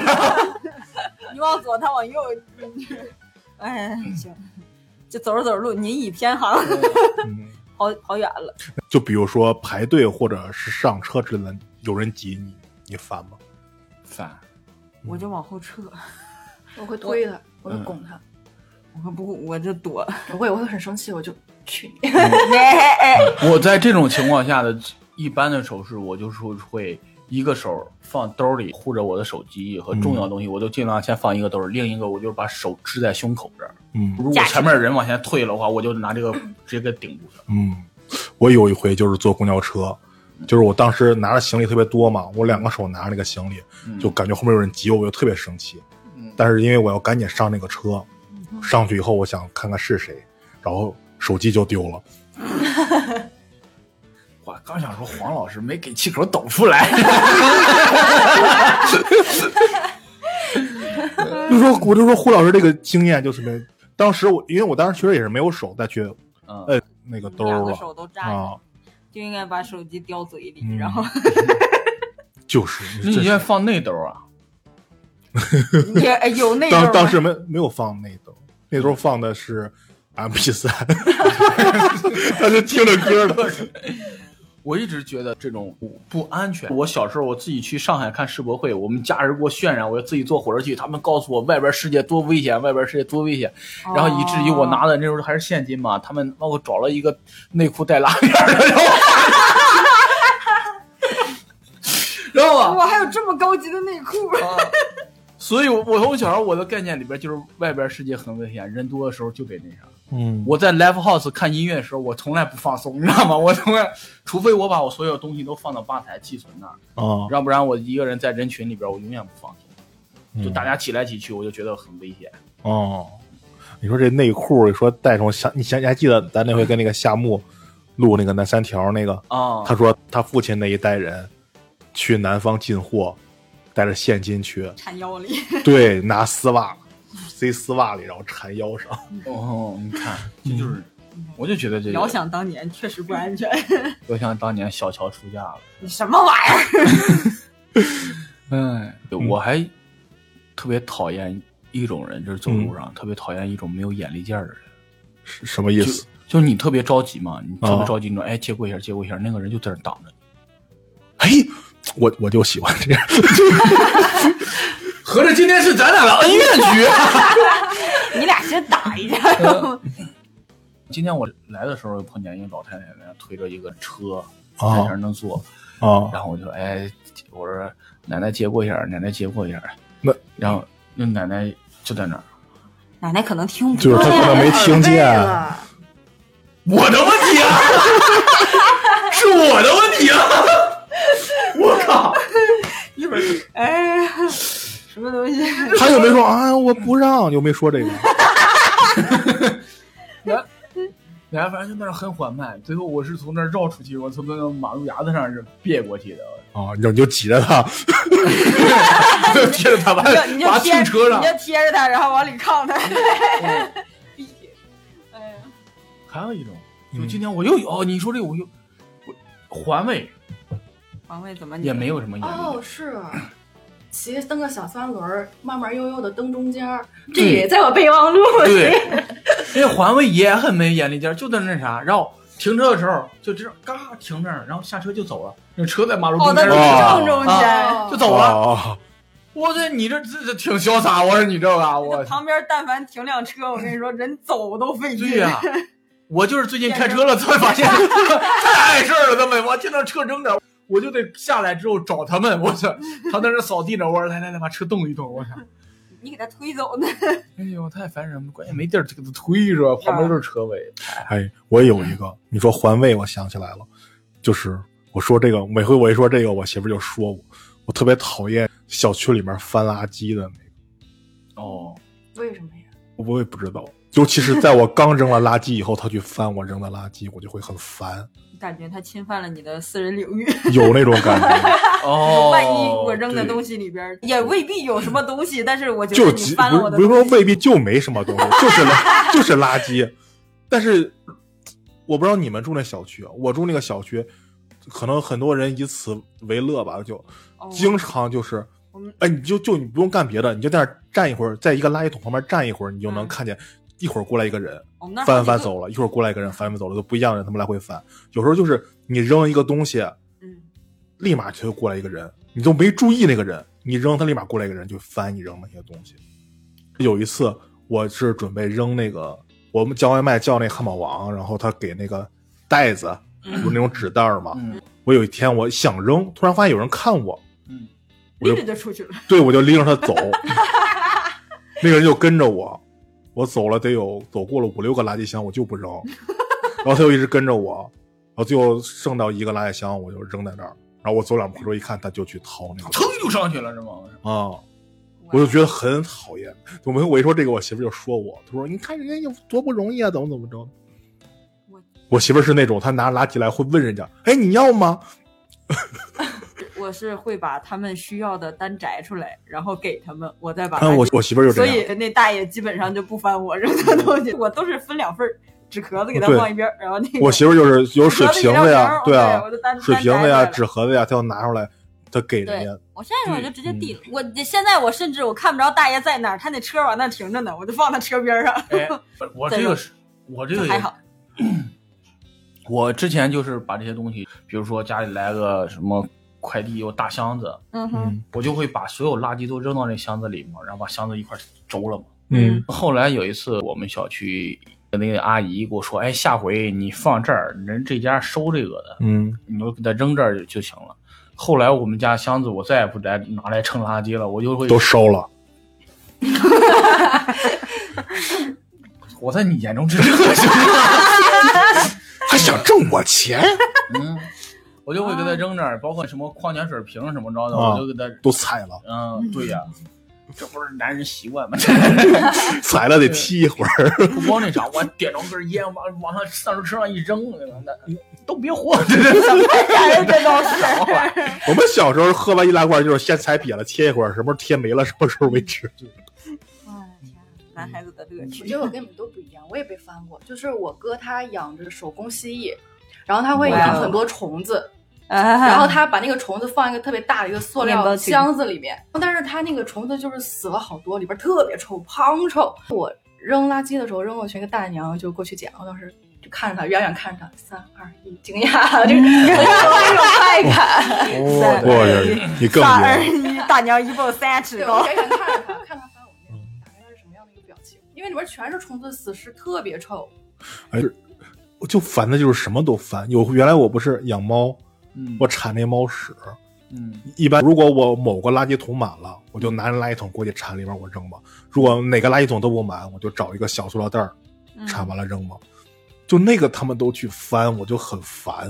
你往左，他往右，你哎，行，就走着走着路，您已偏航，嗯跑跑远了。就比如说排队或者是上车之类的，有人挤你，你烦吗？烦，我就往后撤，我会推他，我嗯会拱他，我不，我就躲。我会我会很生气，我就去 你。哎嗯 哎我在这种情况下的一般的手势，我就是会一个手放兜里护着我的手机和重要东西，我都尽量先放一个兜儿，另一个我就把手支在胸口这儿。嗯如果前面人往前退了的话，我就拿这个直接给顶住他。嗯，我有一回就是坐公交车，就是我当时拿着行李特别多嘛，我两个手拿着那个行李，嗯就感觉后面有人挤我，我就特别生气。嗯但是因为我要赶紧上那个车，嗯上去以后我想看看是谁，然后手机就丢了。我刚想说黄老师没给气口抖出来，就说嗯我就说胡老师这个经验就是没，当时我因为我当时确实也是没有手再去嗯，摁那个哎，兜两儿个了手都扎着，啊，就应该把手机叼嘴里，嗯 然后就是你这应该放内兜啊。也哎有那种当当时没没有放那兜，那兜放的是 M P 三， 他就听着歌了。我一直觉得这种不不安全。我小时候我自己去上海看世博会，我们家人给我渲染，我要自己坐火车去，他们告诉我外边世界多危险，外边世界多危险，哦然后以至于我拿的那时候还是现金嘛，他们帮我找了一个内裤带拉链的，然后 知道吧？我还有这么高级的内裤，啊所以我，我从小时候我的概念里边就是外边世界很危险，人多的时候就得那啥。嗯我在 live house 看音乐的时候，我从来不放松，你知道吗？ 我从来，除非我把我所有东西都放到吧台寄存那儿。啊，要不然我一个人在人群里边，我永远不放松，就大家家挤来挤去，我就觉得很危险。哦。你说这内裤，你说带上想，你想你还记得咱那回跟那个夏木录那个南三条那个，啊他说他父亲那一代人去南方进货，带着现金去，缠腰里。对，拿丝袜塞丝袜里，然后缠腰上。哦，你看，这就是，我就觉得这个，嗯遥想当年，确实不安全。遥想当年小乔出嫁了，你什么玩意儿？哎，我还特别讨厌一种人，就是走路上、特别讨厌一种没有眼力见儿的人，是什么意就思？就是你特别着急嘛，你特别啊着急，你说哎借过一下，借过一下，那个人就在那儿挡着你。哎，我我就喜欢这样。合着今天是啊咱俩的恩怨局。嗯你俩先打一架。今天我来的时候碰见一个老太太，在那推着一个车在啊那儿能坐，啊然后我就哎，我说奶奶接过一下，奶奶接过一下。那然后那奶奶就在那儿，奶奶可能听 不就是他可能没听见我的问题 啊，是我的问题啊，我靠！哎呀，什么东西？他又没说啊，我不让，又没说 这个。奶奶反正就在那儿很缓慢，最后我是从那儿绕出去，我从那个马路牙子上是别过去的。啊，你就你就挤着他，贴着他把哎你就你就把他贴停车上你，就贴着他，然后往里靠他。嗯哎呀，还有一种，嗯就今天我又有、哦你说这个我又我环卫环卫怎么也没有什么压力，嗯哦，是。 骑蹬个小三轮儿，慢慢悠悠的蹬中间儿，这也在我备忘录里。对，那环卫也很没眼力劲儿，就在那啥，然后停车的时候就这样嘎停那儿，然后下车就走了，那车在马路跑中到间正儿、哦中间。哦就走了。啊，我这你这这这挺潇洒，我说你这个我那旁边但凡停辆车，我跟你说，人走都费劲。对 呀、我就是最近开车了，才 发现太碍事儿了，他们我见到车扔着，我就得下来之后找他们，我操，他在那扫地呢，我说来来来，把车动一动，我操。你给他推走呢。哎呦，太烦人了！关键没地儿给他推着，旁边都是车位。哎，我也有一个，你说环卫，我想起来了，就是我说这个，每回我一说这个，我媳妇就说我，我特别讨厌小区里面翻垃圾的那个，哦，为什么呀？我也不知道，尤其是在我刚扔了垃圾以后，她去翻我扔的垃圾，我就会很烦， 感觉他侵犯了你的私人领域。有那种感觉，哦 万一我扔的东西，西里边儿也未必有什么东西，但是我觉就是得你几翻了不我的不是东说西，未必就没什么东西，就是垃 就是垃圾，但是我不知道你们住那小区，啊我住那个小区，可能很多人以此为乐吧，就。哦经常就是我们，哎，你就就你不用干别的，你就在那儿站一会儿，在一个垃圾桶旁边站一会儿，你就能嗯看见。一会儿过来一个人，我们哦那儿翻好几翻个，走了；一会儿过来一个人，翻翻走了，都不一样的人，他们来回翻。有时候就是你扔一个东西，嗯，立马就过来一个人，你都没注意那个人，你扔他立马过来一个人就翻你扔那些东西。有一次我是准备扔那个，我们叫外卖叫那汉堡王，然后他给那个袋子，不是那种纸袋儿嘛。嗯我有一天我想扔，突然发现有人看我，嗯，我就拎着就出去了。对，我就拎着他走， 那个人就跟着我，我走了得有走过了五六个垃圾箱，我就不扔，然后他就一直跟着我，然后最后剩到一个垃圾箱，我就扔在那儿，然后我走两步回头一看，他就去掏那个噌就上去了是吗？啊、 我就觉得很讨厌。我没我一说这个，我媳妇就说我，她说你看人家有多不容易啊，怎么怎么着。我我媳妇是那种，她拿垃圾来会问人家，哎，你要吗？我是会把他们需要的单摘出来，然后给他们，我再把它啊，我我媳妇就这所样。以那大爷基本上就不翻我扔的东西，我都是分两份儿纸壳子给他对放一边儿，然后那个我媳妇就是有水瓶子呀，哦对啊，我就单 水瓶 子呀、单摘出来了纸盒子呀，他要拿出来，他给人家。我现在我就直嗯接递了，我现在我甚至我看不着大爷在哪儿，他那车往那儿停着呢，我就放他车边儿上， 哎，我这个是，我这个也还好。我之前就是把这些东西，比如说家里来个什么快递有大箱子，嗯哼，我就会把所有垃圾都扔到那箱子里嘛，然后把箱子一块儿周了嘛。嗯后来有一次，我们小区那个阿姨给我说：“哎，下回你放这儿，人这家收这个的，嗯你就给它扔这儿就行了。”后来我们家箱子我再也不来拿来称垃圾了，我就嗯会都收了。我在你眼中只是个什么？还想挣我钱，嗯，我就会给它扔这儿，包括什么矿泉水瓶什么着的，啊我就给它， 都踩了，嗯，对呀、这不是男人习惯吗？ 踩了得踢一会儿。 不光那啥，我点着根烟，往往他上车上一扔，那都别活，这是 哎这倒是，我们小时候喝完易拉罐就是先踩瘪了贴一会儿，什么时候贴没了什么时候为止。哎天男孩子的乐我趣 觉，得我跟你们都不一样，我也被翻过。就是我哥他养着手工蜥蜴，然后他会哦养很多虫子，然然 后他把那个虫子放一个特别大的一个塑啊面包料区箱子里面，但是他那个虫子就是死了好多，里边特别臭，胖臭。我扔垃圾的时候扔过去，一个大娘就过去捡，我当时就看着他，远远看着他，三二一，惊讶， 就是我有一种快感。三我日，你更大二牛！一大娘一蹦三尺对，我高，远远嗯看 着他，看他翻我面，大概他是什么样的一个表情，因为里边全是虫子死尸，特别臭。哎， 我就烦的就是什么都烦。有原来我不是养猫，嗯我铲那猫屎，嗯一般如果我某个垃圾桶满了，我就拿垃圾桶过去铲里边我扔吧。如果哪个垃圾桶都不满，我就找一个小塑料袋儿嗯铲完了扔吧。就那个他们都去翻，我就很烦。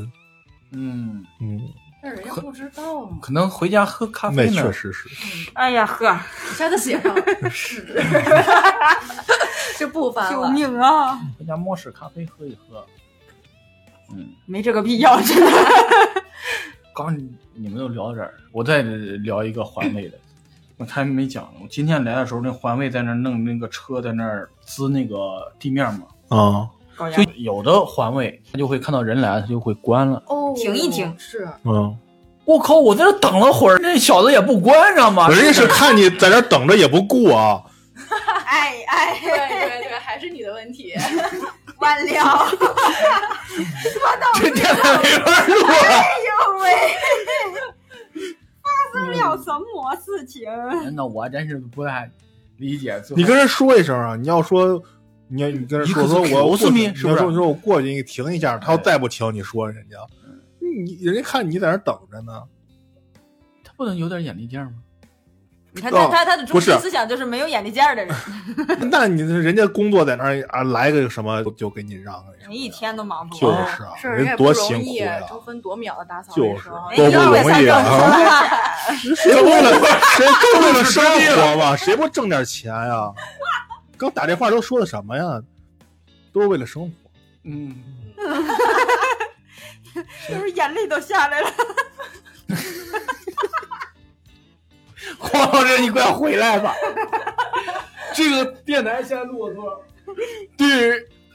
嗯，嗯，但人家不知道嘛，可能回家喝咖那啡呢确。实是。哎呀呵，一下子写上 屎， 就不翻救了。命啊！回家猫屎咖啡喝一喝。嗯，没这个必要， 真的。刚你们都聊到这儿，我再聊一个环卫的， 我他没讲呢。我今天来的时候，那环卫在那儿弄那个车，在那儿滋那个地面嘛。啊，高就阳，有的环卫他就会看到人来了，他就会关了。哦，停一停 是嗯，我靠，我在这等了会儿，那小子也不关，知道吗？人家是看你在这等着也不顾啊，哎哎，对对对，还是你的问题。完了，这电台没法录哎呦喂，发生了什么事情？了。那我还真是不太理解。 你跟人说一声啊，你要说。你要你跟人你说可说是我睞我死过去你你是不要是说你说我过去，你停一下，他要哎再不停，你说人家，你人家看你在那儿等着呢，他不能有点眼力劲儿吗？你看他他他的中不是心思想就是没有眼力见儿的人，那你人家工作在那儿啊，来个什么就给你让个什么你一天都忙不就完。是啊，是人也家不多容辛苦啊易呀、，争分夺秒的打扫就卫是生。哎多哎不容易啊！谁不 为了谁不为了生活嘛，谁不挣点钱呀、刚打电话都说的什么呀？都是为了生活。嗯， 就是眼泪都下来了。 黄老师，你快回来 吧。这个电台现在录了多少？第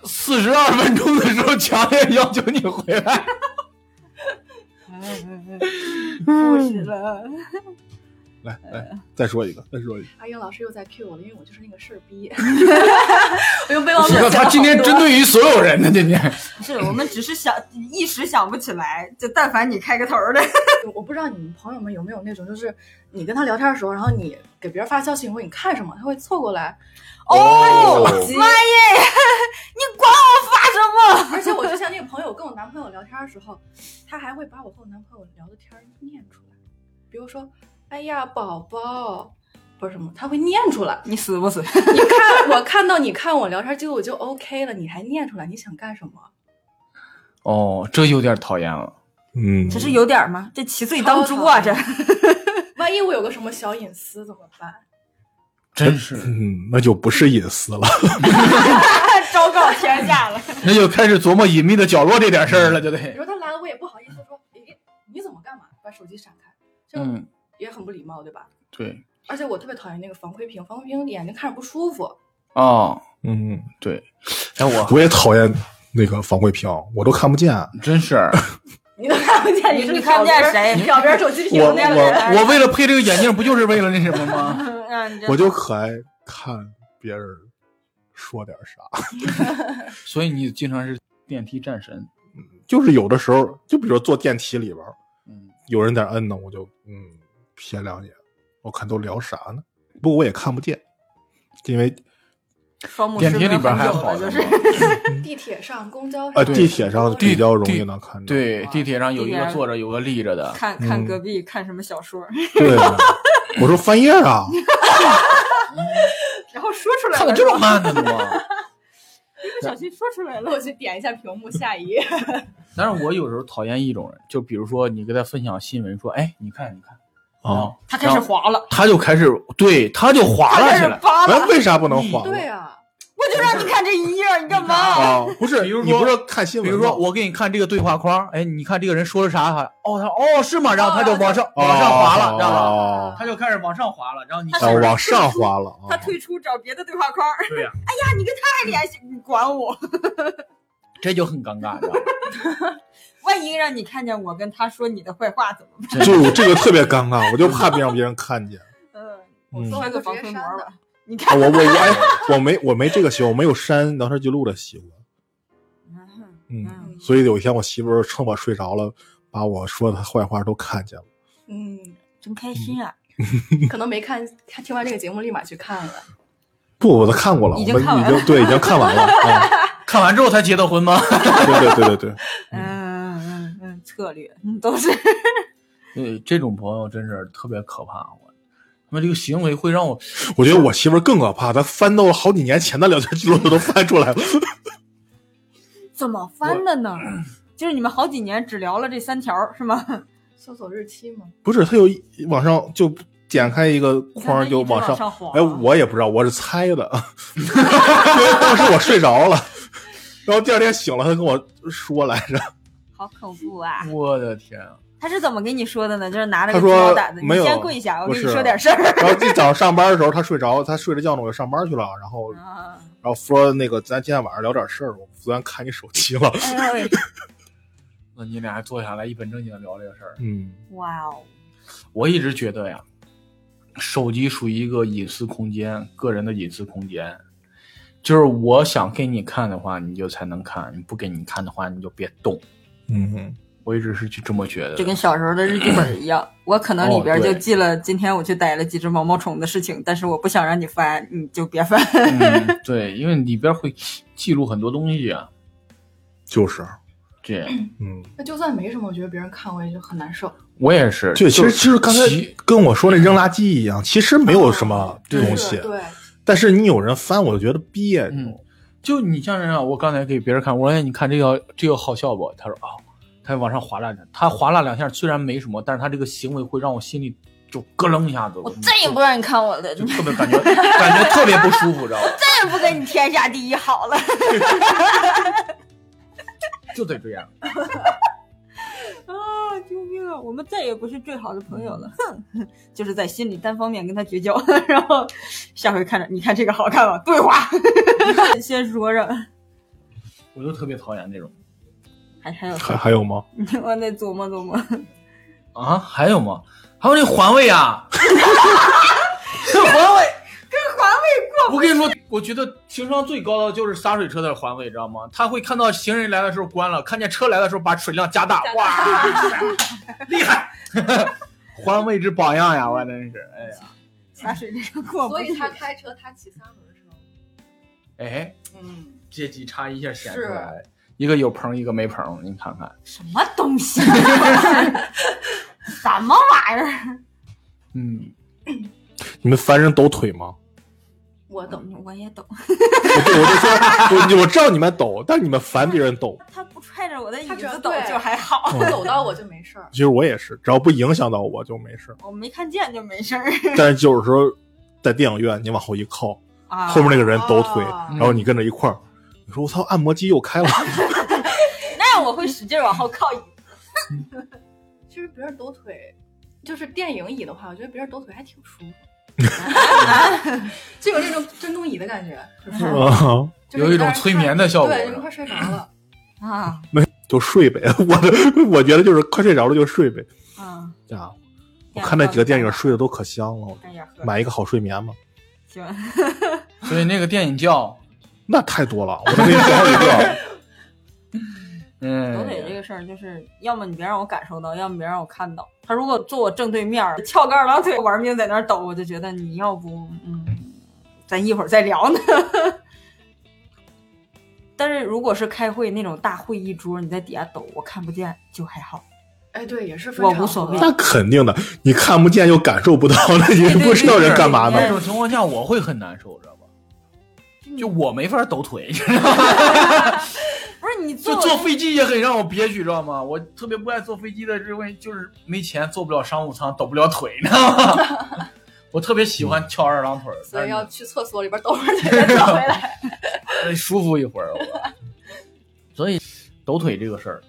四十二分钟的时候，强烈要求你回来。不是了，来来，再说一个，再说一个。阿英老师又在 Q 我了，因为我就是那个事儿 逼，我用备忘录你写了看他好今天多针对于所有人呢，今天不是，我们只是想一时想不起来，就但凡你开个头儿的，我不知道你们朋友们有没有那种，就是你跟他聊天的时候，然后你给别人发消息，你说你看什么，他会凑过来。哦手机。 你管我发什么？。而且我之前那个朋友跟我男朋友聊天的时候，他还会把我和我男朋友聊的天儿念出来，比如说，哎呀，宝宝。不是什么，他会念出来你死不死？你看，我看到你看我聊天记录，我就 OK 了。你还念出来，你想干什么？哦，这有点讨厌了。嗯，这是有点儿吗？这其罪当诛啊！这超讨万一我有个什么小隐私怎么办？真是，嗯，那就不是隐私了。昭 告天下了。那就开始琢磨隐秘的角落这点事儿了，就你得，说他来了，我也不好意思说，诶，你怎么干嘛？把手机闪开，就嗯，也很不礼貌，对吧？对，而且我特别讨厌那个防窥屏，防窥屏眼睛看着不舒服。哦，嗯，对，哎，我我也讨厌那个防窥屏，我都看不见。 真是，你都看不见，你是你看不见挑边儿谁挑边儿手 机屏我那个我人。我为了配这个眼镜，不就是为了那什么吗？嗯让你这我就可爱看别人说点啥，所以你经常是电梯战神，就是有的时候，就比如说坐电梯里边儿，嗯，有人在那摁呢，我就嗯瞥两眼，我看都聊啥呢？不过我也看不见，因为双目电失梯里明边很还久好了，就呢是地铁上、公交上呃地铁上啊地比较容易能看着。对，地铁上有一地铁个上坐着，有个立着的，看看隔壁看什么小说，对，我说翻页 啊，然后说出来看的了，这么慢的啊吗？一不小心说出来了我。去点一下屏幕下一页。但是我有时候讨厌一种人，就比如说你给他分享新闻，说，哎，你看，你看，啊，他开始滑了，哦他就开始对，他就滑他了开起始来。扒哎，了。为啥不能划？ 对啊，我就让你看这一页，你干嘛？啊，不是，哦比如说你不是看新比闻吗？如说，我给你看这个对话框，哎，你看这个人说了啥？哦，他哦是吗？然后他就往上、哦往上滑了，知道吧？哦他就开始往上滑了，然后你哦，往上滑了啊他！退出找别的对话框。对呀、哎呀，你跟他还联系？你管我？这就很尴尬， 知道吧？万一让你看见我跟他说你的坏话怎么办？啊就这个特别尴尬，我就怕别让别人看见。嗯，嗯，说我穿个防窥膜我直接吧。你看，我我哎，我没我没这个习惯，我没有删聊天记录的习惯。嗯嗯，嗯所以有一天我媳妇儿趁我睡着了，把我说的坏话都看见了。嗯，真开心啊！可能没看，看听完这个节目立马去看了。不，我都看过了，已经我们看完已经对已经看完了，啊，看完之后才结的婚吗？ 对对对对对，嗯嗯嗯，策略嗯都是 对，这种朋友真是特别可怕。我他妈这个行为会让我，我觉得我媳妇儿更可怕，她翻到了好几年前的聊天记录，她都翻出来了。怎么翻的呢？就是你们好几年只聊了这三条是吗？搜索日期吗？ 不是，她有一往上就点开一个你看框他就一直往上，上啊滑哎，我也不知道，我是猜的， 因为当时我睡着了， 然后第二天醒了，她跟我说来着，好恐怖啊！我的天啊！他是怎么跟你说的呢？就是拿着他个塑说料掸子，你没有先跪下，我不跟你是说点事 儿。然后今早上上班的时候她睡着，她睡着觉呢，我就上班去了，然后然啊，后说那个咱今天晚上聊点事儿，我昨天看你手机了，哎呦喂，那你俩坐下来一本正经的聊这个事儿。嗯， 哇哦，我一直觉得呀，手机属于一个隐私空间，个人的隐私空间。就是我想给你看的话，你就才能看；你不给你看的话，你就别动。嗯，我一直是去这么觉得就的。跟小时候的日记本一样，我可哦能里边就记了今天我去逮了几只毛毛虫的事情，但是我不想让你翻，你就别翻。嗯，对，因为里边会记录很多东西啊。就是，这样，嗯，那就算没什么，我觉得别人看我也就很难受。我也是。对，其就实其实刚才其跟我说那扔垃圾一样，其实没有什么对东是西，哦对，但是你有人翻，我就觉得憋嗯着。就你像人啊，我刚才给别人看，我说哎你看这个这个好笑不？他说啊、他往上划拉两，他划拉两下虽然没什么，但是他这个行为会让我心里就咯楞一下子， 我再也不让你看我了，就再特别感觉感觉特别不舒服，知道吧？也不跟你天下第一好了。就得这样。 啊，救命啊！我们再也不是最好的朋友了，哼， 就是在心里单方面跟他绝交， 然后下回看着你看这个好看吗？对话， 先说着。我就特别讨厌这种还还有 还还有吗？我得琢磨琢磨。啊，还有吗？还有那环卫 啊，这环卫跟环卫过。我跟你说，我觉得情商最高的就是洒水车的环卫，知道吗？他会看到行人来的时候关了，看见车来的时候把水量加大，哇， 厉害！环卫之榜样呀，我真是，哎呀，洒水这个过不所去，以他开车，他骑三轮车。哎，嗯，阶级差一下显出是来，一个有棚，一个没棚，你看看，什么东西？啊 什么玩意儿？嗯，你们凡人抖腿吗？我懂。懂，我也懂。我对我就说，我 我知道你们抖，但是你们烦别人抖。他不踹着我的椅他只要子抖对就还嗯好，我走到我就没事儿。其实我也是，只要不影响到我就没事。我没看见就没事儿但是有时候在电影院，你往后一靠，啊。后面那个人抖腿，啊然后你跟着一块儿，你说我操，按摩机又开了。 啊那我会使劲往后靠椅子。其实别人抖腿，就是电影椅的话，我觉得别人抖腿还挺舒服。 就有那种珍珠椅的感觉，就是啊就是嗯有一你在那种儿催看眠的效果对，你快睡着了，啊就睡呗， 我的我觉得就是快睡着了就睡呗啊！啊！我看那几个电影睡得都可香了，我哎呀，呵买一个好睡眠嘛，行，所以那个电影 叫，那太多了，我都给你说一个。嗯，抖腿这个事儿，就是要么你别让我感受到，要么别让我看到。他如果坐我正对面儿，翘个二郎腿玩命在那儿抖，我就觉得你要不，嗯，咱一会儿再聊呢。 但是如果是开会那种大会议桌，你在底下抖，我看不见就还好。哎，对，也是分我场无所合谓那肯定的，你看不见又感受不到，那你也不知道人干嘛呢那？种情况下我会很难受，知道吧？就我没法抖腿，不是你坐就坐飞机也很让我憋屈，知道吗？我特别不爱坐飞机的因为就是没钱，坐不了商务舱，抖不了腿，你知道吗？我特别喜欢翘二郎腿， 所以要但去厕所里边抖会儿腿再转回来。是舒服一会儿。我所以抖腿这个事儿，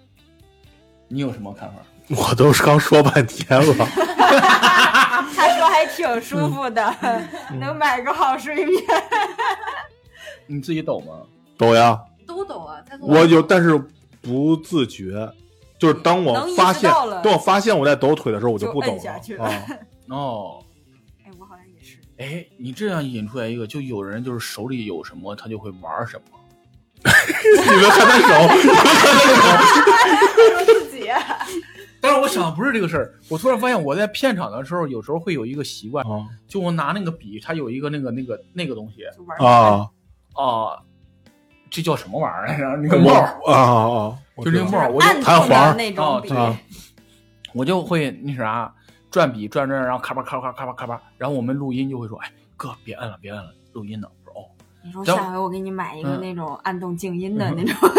你有什么看法？我都刚说半天了，他说还挺舒服的，能买个好睡眠。你自己抖吗？抖呀，都抖啊，在座我有，但是不自觉，就是当我能意识发现到了，当我发现我在抖腿的时候，我不抖就摁下去了啊。哦，哎，我好像也是。哎，你这样引出来一个，就有人就是手里有什么，他就会玩什么。你们看他手，说自己，但是我想不是这个事儿，我突然发现我在片场的时候，有时候会有一个习惯，啊就我拿那个笔，它有一个那个那个那个东西就玩儿啊，啊、这叫什么玩意儿来着？ 那个我帽儿，啊啊啊！我就知这道个帽儿，我就暗弹中簧的儿那哦种笔，啊我就会那啥转笔转转，然后咔吧咔吧咔吧咔吧，然后我们录音就会说，哎哥别摁了别摁了，录音呢。我说哦，你说等下回我给你买一个嗯那种暗动静音的嗯那种，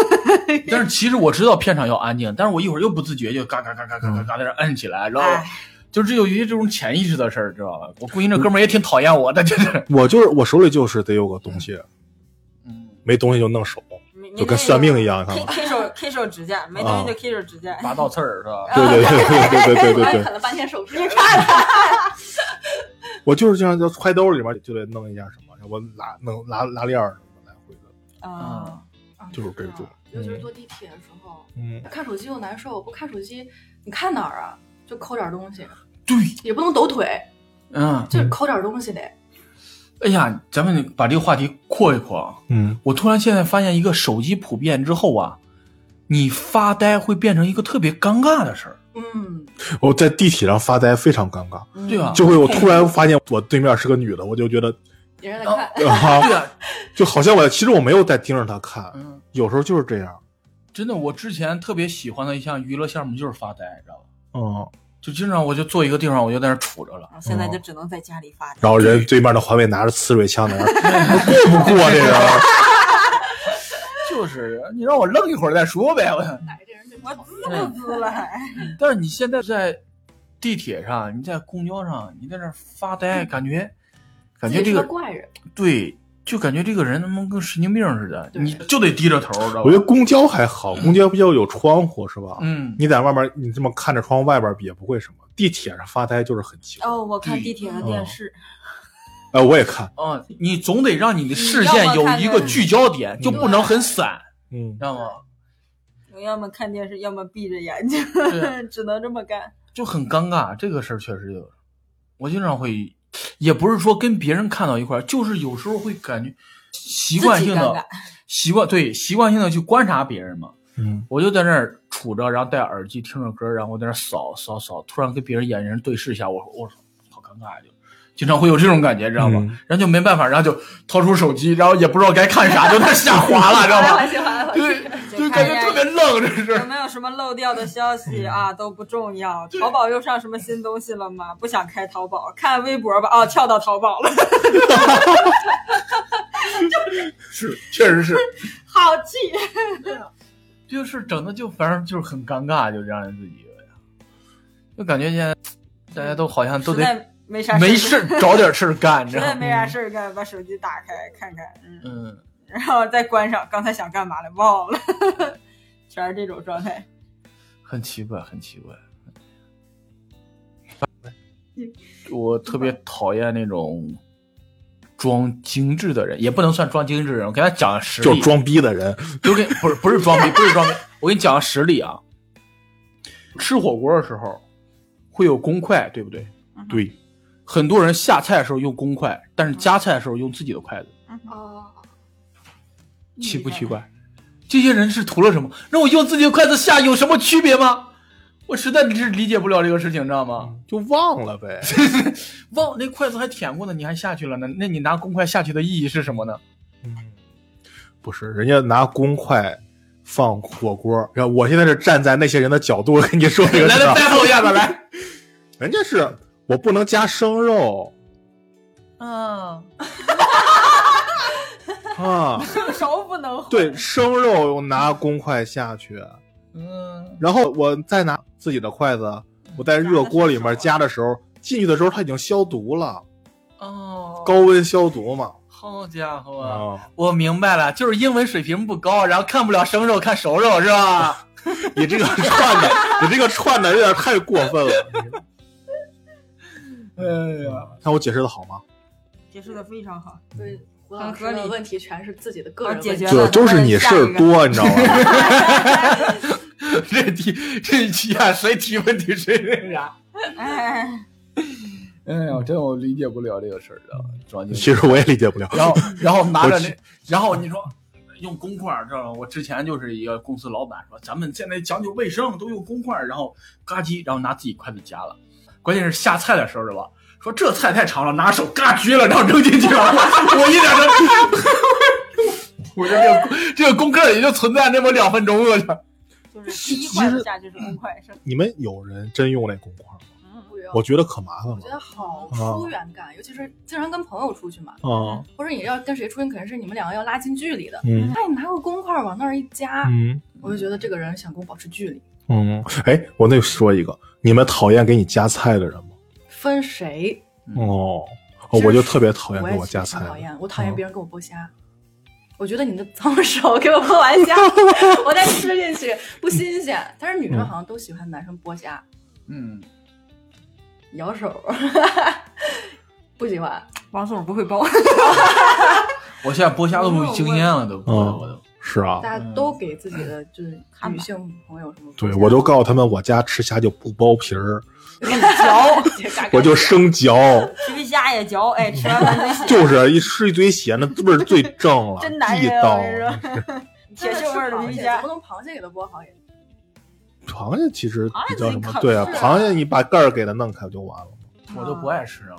但是其实我知道片场要安静，但是我一会儿又不自觉就嘎嘎嘎嘎嘎嘎嘎在那摁起来，然后哎，就这有一这种潜意识的事儿，知道吧？我估计那哥们儿也挺讨厌我的，就是我就是我手里就是得有个东西，嗯，没东西就弄手，你就跟算命一样，你啊看吗？K K 手 K 手指甲，没东西就 K 手指甲。拔倒刺儿是吧？对对对对对对对我还对，啃了半天手指，我就是这样，就揣兜里边就得弄一下什么，要不拉弄拉拉链儿什么来回的，啊， 就是这种尤嗯其是坐地铁的时候，嗯，看手机又难受，不看手机你看哪儿啊？就抠点东西，对，也不能抖腿，嗯，就是抠点东西得。哎呀，咱们把这个话题扩一扩啊！嗯，我突然现在发现一个手机普遍之后啊，你发呆会变成一个特别尴尬的事儿。嗯，我在地铁上发呆非常尴尬，嗯对啊就会我突然发现我对面是个女的，我就觉得有人来看，啊，对啊，就好像我其实我没有在盯着她看，嗯，有时候就是这样，真的，我之前特别喜欢的一项娱乐项目就是发呆，你知道吧？嗯，就经常我就坐一个地方，我就在那儿杵着了。啊现在就只能在家里发呆。然后人对面的环卫拿着刺猬枪在那儿，过不过这人？啊就是你让我愣一会儿再说呗，我想。哎，这人就我滋不滋了？还 但是你现在在地铁上，你在公交上，你在那儿发呆，感觉感觉自己这个是怪人， 对，就感觉这个人他妈跟神经病似的，对你就得低着头，知道我觉得？吧公交还好，公交比较有窗户是吧？嗯，你在外面你这么看着窗户外边也不会什么，地铁上发呆就是很奇怪。 哦，我看地铁的电嗯视，哎，我也看，啊，你总得让你的视线有一个聚焦点，就不能很散，嗯知，道 吗？我要么看电视，要么闭着眼睛，对啊只能这么干。就很尴尬。这个事儿确实有，我经常会，也不是说跟别人看到一块儿，就是有时候会感觉习惯性自己尴尬的习惯对习惯性的去观察别人嘛。嗯，我就在那儿杵着，然后戴耳机听着歌，然后在那儿扫扫扫，突然跟别人眼神对视一下，我说我说好尴尬呀，啊就经常会有这种感觉，知道吗？嗯然后就没办法，然后就掏出手机，然后也不知道该看啥，就在那儿瞎划 拉，知道吗？喜欢对， 就就感看一觉下特别愣，这有是。没有什么漏掉的消嗯息啊？都不重要。淘宝又上什么新东西了吗？不想开淘宝，看微博吧。哦，跳到淘宝了， 是，确实是，好气！ 就是整的就反正就是很尴尬，就让人自己，就感觉现在大家都好像都实得在没啥没事事儿儿找点事儿干，你知实道在吗？没啥事儿干，把手机打开看看，嗯，嗯，然后再关上。刚才想干嘛了，忘了， 全是这种状态。很奇怪，很奇怪。嗯我特别讨厌那种装精致的人，也不能算装精致的人。我给他讲实就力，是装逼的人，就给不是不是装逼，不是装逼。我给你讲个实例啊，吃火锅的时候会有公筷，对不对？对，很多人下菜的时候用公筷，但是夹菜的时候用自己的筷子，哦，奇不奇怪？这些人是图了什么？让我用自己的筷子下有什么区别吗？我实在是理解不了这个事情，你知道吗？就忘了呗。忘那筷子还舔过呢，你还下去了呢？那你拿公筷下去的意义是什么呢？不是，人家拿公筷放火锅，然后我现在是站在那些人的角度 跟你说这个来事儿，来啊 battle 一下子来，人家是我不能加生肉嗯，啊，这个嗯手不能回对，生肉我拿公筷下去，嗯，然后我再拿自己的筷子，我在热锅啊里面夹的时候，进去的时候它已经消毒了，哦，高温消毒嘛。好家伙啊！啊，我明白了，就是英文水平不高，然后看不了生肉，看熟肉是吧？你这个串的，你这个串的有点太过分了。 哎呀，看我解释的好吗？解释的非常好，对，胡老师的问题全是自己的个人好解问决题。了就都是你事儿多，你知道吗？ 这题这题啊，谁提问题谁那啥？哎，哎呀，真我理解不了这个事儿啊，装其实我也理解不了。 然后然后拿着我那去，然后你说用公筷儿，知道吗？我之前就是一个公司老板说，咱们现在讲究卫生，都用公筷儿，然后嘎叽，然后拿自己筷子夹了。关键是下菜的时候是吧？说这 菜太长了，拿手嘎撅了，然后扔进去了，我我一点都。我说这个这个功课也就存在那么两分钟了。就是第一筷子下去是公筷声，你们有人真用那公筷吗？不用我啊觉得可麻烦我了觉得好疏远感，尤其是经常跟朋友出去嘛，啊，或者你要跟谁出去，肯定是你们两个要拉近距离的。嗯哎，你拿个公筷儿往那儿一夹，嗯我就觉得这个人想跟我保持距离。嗯，哎，我那说一个，你们讨厌给你夹菜的人吗？分谁？哦，其实我就特别讨厌我给也我夹是菜很讨的，厌，我讨厌嗯别人给我剥虾。我觉得你的脏手给我剥完 虾，我再吃进去不新鲜。但是女生嗯好像都喜欢男生剥虾，嗯，咬手， 不喜欢。王总不会包。我现在剥虾都有经验了，都，嗯我都是啊，大家都给自己的就是看吧女性朋友什么剥虾？对我都告诉他们，我家吃虾就不剥皮儿， 嚼我就生嚼，皮皮虾也嚼，哎，吃完饭嘴血，就是一吃一堆咸的，味儿最正了，真男地人啊！道我。跟你说，铁真锈味儿的啊吃螃皮皮蟹虾怎么，能螃蟹给它剥好也？螃蟹其实比较什螃蟹自己么？啃对啊，是啊螃蟹你把盖儿给它弄开不就完了吗？我都不爱吃了。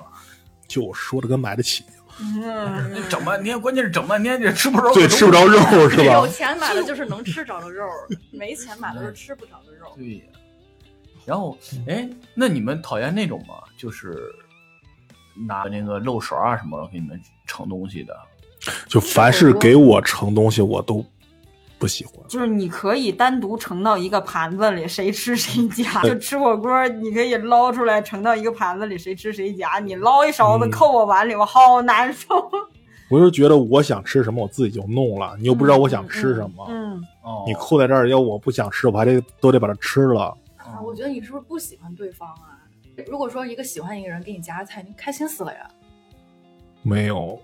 就我说的跟买得起一样，嗯，你整半天，关键是整半天这吃不着，对，吃不。着肉是吧有？钱买的就是能吃着的肉，没钱买的是吃不着的肉。对呀。然后，哎，那你们讨厌那种吗？就是拿那个漏勺啊什么给你们盛东西的，就凡是给我盛东西，我都不喜欢。就是你可以单独盛到一个盘子里，谁吃谁夹。对就吃火锅，你可以捞出来盛到一个盘子里，谁吃谁夹。你捞一勺子嗯扣我碗里，我好难受。我就觉得我想吃什么，我自己就弄了，你又不知道我想吃什么，嗯，哦，你扣在这儿，要我不想吃，我还得都得把它吃了。啊，我觉得你是不是不喜欢对方啊？如果说一个喜欢一个人给你夹菜，你开心死了呀！没有，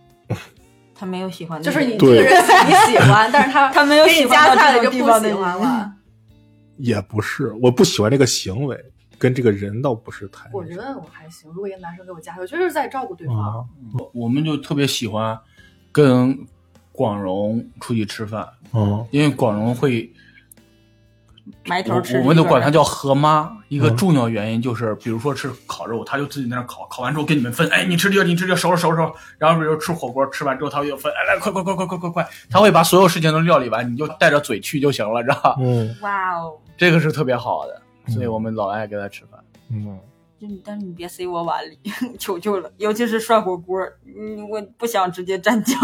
他没有喜欢的就人，是你这对个人你喜欢，但是他他没有给喜你欢到夹菜这了就种地不方的喜人欢了。也不是，我不喜欢这个行为，跟这个人倒不是太。我觉得我还行，如果一个男生给我夹菜，我觉得是在照顾对方。啊，我我们就特别喜欢跟广荣出去吃饭，嗯，因为广荣会，埋头吃。我我们都管他。叫何妈。一个重要原因就是，比如说吃烤肉，他就自己在那儿烤，烤完之后跟你们分，哎，你吃这个，你吃这个，收拾收拾收拾。然后比如吃火锅，吃完之后他又分，哎，来，快快快快快快快，他会把所有事情都料理完，你就带着嘴去就行了，知道吧？嗯哇哦，这个是特别好的，所以我们老爱跟他吃饭。嗯，就你，但是你别塞我碗里， 求求了。尤其是涮火锅，嗯，我不想直接蘸酱，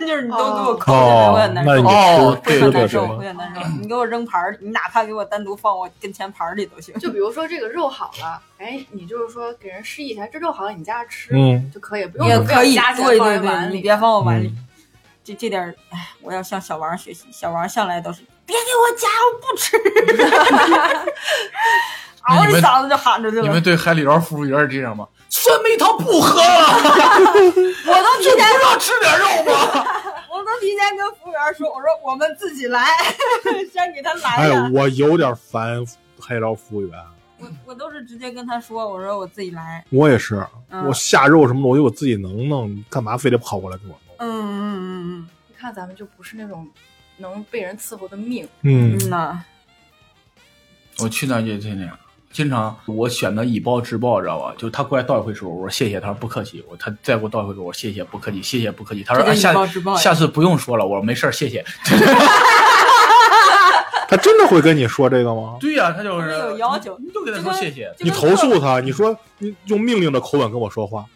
就是你都给我扣进来，我哦很，难那受你。哦吃吃的会很难什受，么会？很难受。你给我扔盘儿，你哪怕给我单独放我跟前盘儿里 都行。就比如说这个肉好了，哎，你就是说给人示意一下，这肉好了，你夹着吃、嗯就可以，不你也用非要可以，夹起来对放在对碗对，你里。别放我碗里。嗯这这点儿，哎，我要向小王学习。小王向来都是别给我夹，我不 吃，嗷你一们嗓子就喊出去你了们。对海底捞服务员是这 样吗？酸梅汤不喝 啊了，我都提前，不让吃点肉吗？我都提前跟服务员说，我说我们自己来， 先给他来哎呀。，我有点烦海底捞服务员，我我都是直接跟他说，我说我自己来。我也是，嗯我下肉什么的，我就我自己能弄，你干嘛非得跑过来给我弄？嗯嗯嗯你看咱们就不是那种能被人伺候的命。嗯嗯嗯呐， 我去那儿就这样，经常我选择以暴制暴，知道吧？就是他过来倒一回水，我说谢谢，他说不客气。我他再给我倒一回水，我说谢谢，不客气，谢谢不客气。他说、这哎啊、就以暴制下暴呀下次不用说了，我说没事儿，谢谢。他真的会跟你说这个吗？对呀、他就是他有要求你就给他就说跟谢谢。就你跟投客户诉他，你说你用命令的口吻跟我说话，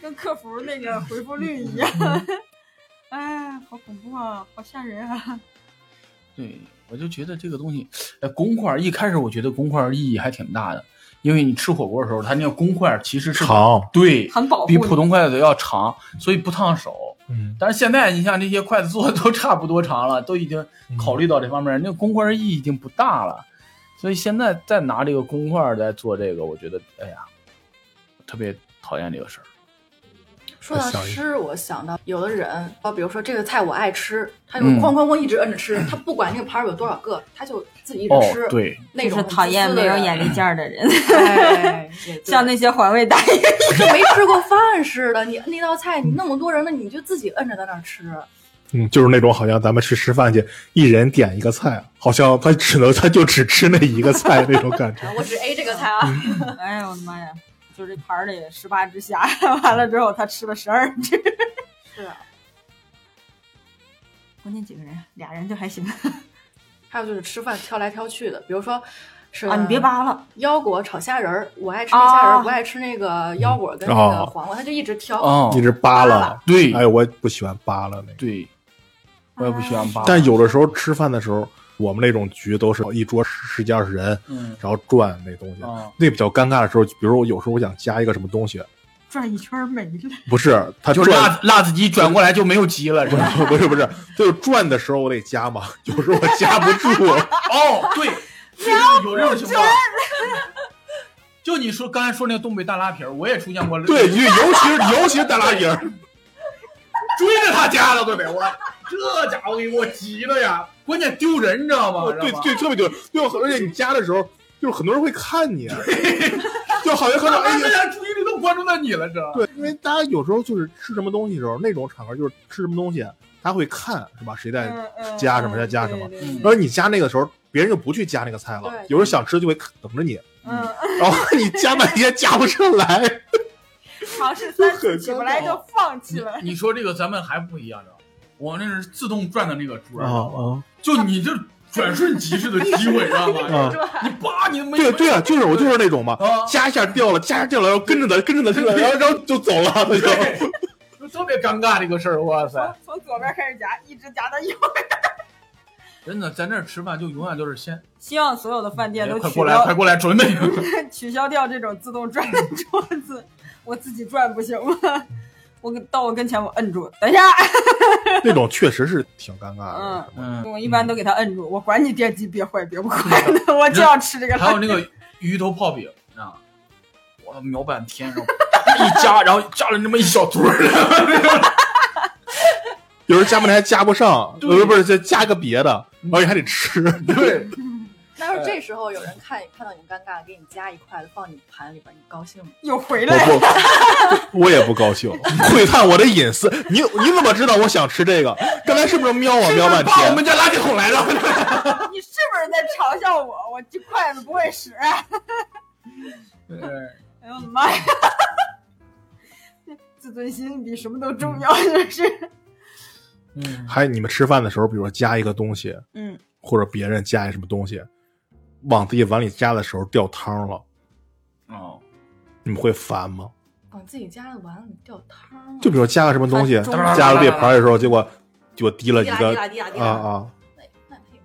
跟客服那个回复率一样。 哎，好恐怖啊，好吓人啊！对，我就觉得这个东西，呃，公筷儿一开始我觉得公筷儿意义还挺大的，因为你吃火锅的时候，它那个公筷儿其实是长，对，很保护比你普通筷子要长，所以不烫手。嗯，但是现在你像这些筷子做的都差不多长了，都已经嗯考虑到这方面，那个公筷儿意义已经不大了。所以现在再拿这个公筷儿再做这个，我觉得，哎呀，特别讨厌这个事儿。说到小一吃，我想到有的人，啊，比如说这个菜我爱吃，他就嗯哐哐哐一直摁着吃，他不管那个盘儿有多少个，他就自己一直哦吃。，对，那种是讨厌没有眼力，嗯力见儿的人， 哎、 像那些环卫大爷。就没吃过饭似的。你那道菜，你那么多人呢，你就自己摁着在那儿吃。嗯，就是那种好像咱们去吃饭去，一人点一个菜，好像他只能他就只吃那一个菜那种 感觉啊。我只 A 这个菜啊，嗯哎呦我的妈呀！就这盘儿里十八只虾，完了之后他吃了十二只。是啊关键几个人，啊俩人就还行还有就是吃饭挑来挑去的，比如说是啊。你别扒了，腰果炒虾仁儿，我爱吃那虾仁儿，啊不爱吃那个腰果跟那个哦黄瓜，他就一直挑。哦啊，一直扒拉。对哎，我也不喜欢扒拉那个。对，我也不喜欢扒拉。但有的时候吃饭的时候，我们那种局都是一桌十十几二十人，嗯然后转那东西。啊，那比较尴尬的时候，比如我有时候我想加一个什么东西，转一圈儿没了。不是他就是转， 辣辣子鸡转过来就没有鸡了，不是 吧？是不是不是，就是转的时候我得加嘛，有时候我加不住。哦， 对，有这种情况。就你说刚才说那个东北大拉皮儿，我也出现过。 对，就尤其是尤其是大拉 皮儿，追着他家了，对不对？我这家伙给我急的呀，关键丢人，你知道吗？哦对对，特别丢人。就而且你加的时候，就是很多人会看你，啊 就好像看到哎呀。大家注意力都关注在你了，这对，因为大家有时候就是吃什么东西的时候，那种场合就是吃什么东西，他会看是吧？谁在加什么再加什么嗯嗯对对对而你加那个时候，别人就不去加那个菜了对。有人想吃就会等着你，嗯，嗯然后你加半天加不上来。尝试三次起不来就放弃了。你说这个咱们还不一样，知道吗？我那是自动转的那个桌儿，啊！就你这转瞬即逝的机会，知道 吗？你叭，你没啊对对啊，就是我就是那种嘛，啊，加一下掉了，加一下掉了，然后跟着他，跟着他，跟着他，然后然后就走了，他就。对，就特别尴尬这个事儿，哇塞！从从左边开始夹，一直夹到右。真的，在那儿吃饭就永远都是先， 希望所有的饭店哎都快取过来，快消过来，准 备。取消掉这种自动转的桌子，我自己转不行吗？我跟到我跟前我摁住，等一下， 那种确实是挺尴尬的嗯。嗯，我一般都给他摁住，我管你电机别坏别不坏嗯的，我就要吃这个还饭。有那个鱼头泡饼啊，我瞄半天，然后一夹，然后夹了那么一小撮儿。有时候加半天还加不上，对不是不是，再加个别的，而且还得吃。对，但是这时候有人看看到你尴尬，给你夹一筷子放你盘里边，你高兴吗？又回来，我不，我也不高兴，窥探我的隐私。你你怎么知道我想吃这个？刚才是不是瞄我瞄半把我天？们家垃圾桶来了。你是不是在嘲笑我？我这筷子不会使。啊哎呦我的妈呀！ 自尊心比什么都重要，就是。嗯，还有你们吃饭的时候，比如说加一个东西，嗯，或者别人加一什么东西，往自己碗里加的时候掉汤了，哦，你们会烦吗？往自己家的碗里掉汤儿啊，就比如加个什么东西，中间加到这盘的时候，结果就滴了滴一啦滴个啦滴啦滴啊啦。啊！那那他也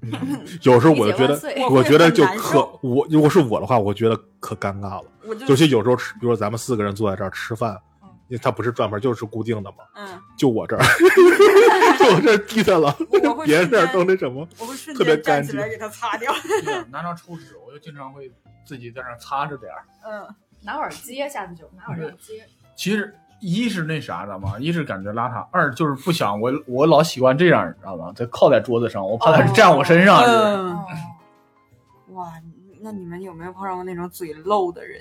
没办法有时候我就觉理得解万岁，我觉得就我会很难可受我如果是我的话，我觉得可尴尬了。我就尤其有时候吃，比如说咱们四个人坐在这儿吃饭嗯，因为它不是转盘，就是固定的 嘛。嗯，就我这儿， 就我这儿滴 他了我我，会别人那儿都瞬那什么。我会瞬特别间站干起来给它擦 掉。拿张抽纸，我就经常会自己在那儿擦着点儿。 嗯，拿碗接下次就拿碗这嗯样接，其实一是那啥，知道吗？一是感觉邋遢，二就是不想我我老喜欢这样，你知道吗？在靠在桌子上，我怕它哦站我身啊上。就是嗯，哦，哇，那你们有没有碰上过那种嘴漏的人？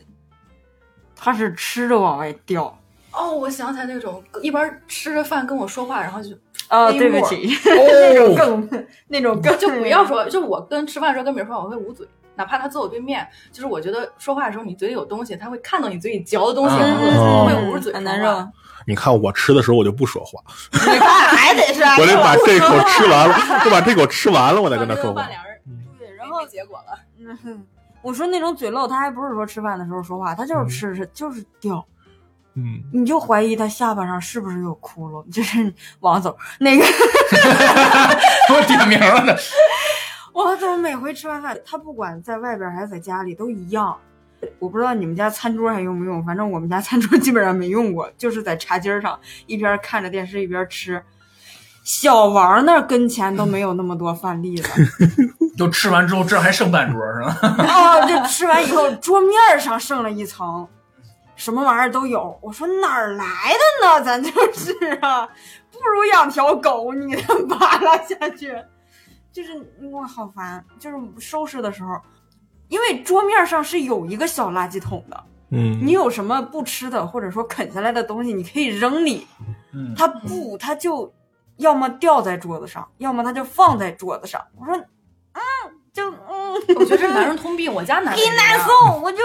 他是吃着往外掉。哦，我想起来那种一边吃着饭跟我说话，然后就啊、哎对不我起，那种哦，更那种更就不要说，就我跟吃饭的时候跟别人说话，我会捂嘴，哪怕他坐我对面，就是我觉得说话的时候你嘴里有东西，他会看到你嘴里嚼的东西，嗯然后会嗯捂着嘴很说难话受。。你看我吃的时候我就不说话，你看还得 是啊我得把这口吃完 了，就把这口吃完了，我再跟他说话饭。两人对，然没后没结果了，嗯，我说那种嘴漏，他还不是说吃饭的时候说话，他就是吃着、就是掉，嗯，你就怀疑他下巴上是不是有窟窿，就是往走那个。我点名了呢。我怎么每回吃完饭，他不管在外边还是在家里都一样。我不知道你们家餐桌还用不用，反正我们家餐桌基本上没用过，就是在茶几儿上一边看着电视一边吃。小王那儿跟前都没有那么多饭粒子，就吃完之后，这还剩半桌是吧？哦，这吃完以后桌面儿上剩了一层，什么玩意儿都有。我说哪儿来的呢？咱就是啊， 不如养条狗，你给它扒拉下去，就是我好烦。就是收拾的时候，因为桌面上是有一个小垃圾桶的，嗯你有什么不吃的或者说啃下来的东西，你可以扔里。嗯，它不，它就要么掉在桌子上，要么它就放在桌子上。我说，嗯，就嗯。我觉得这是男人通病，我家男人一也这难样受，我就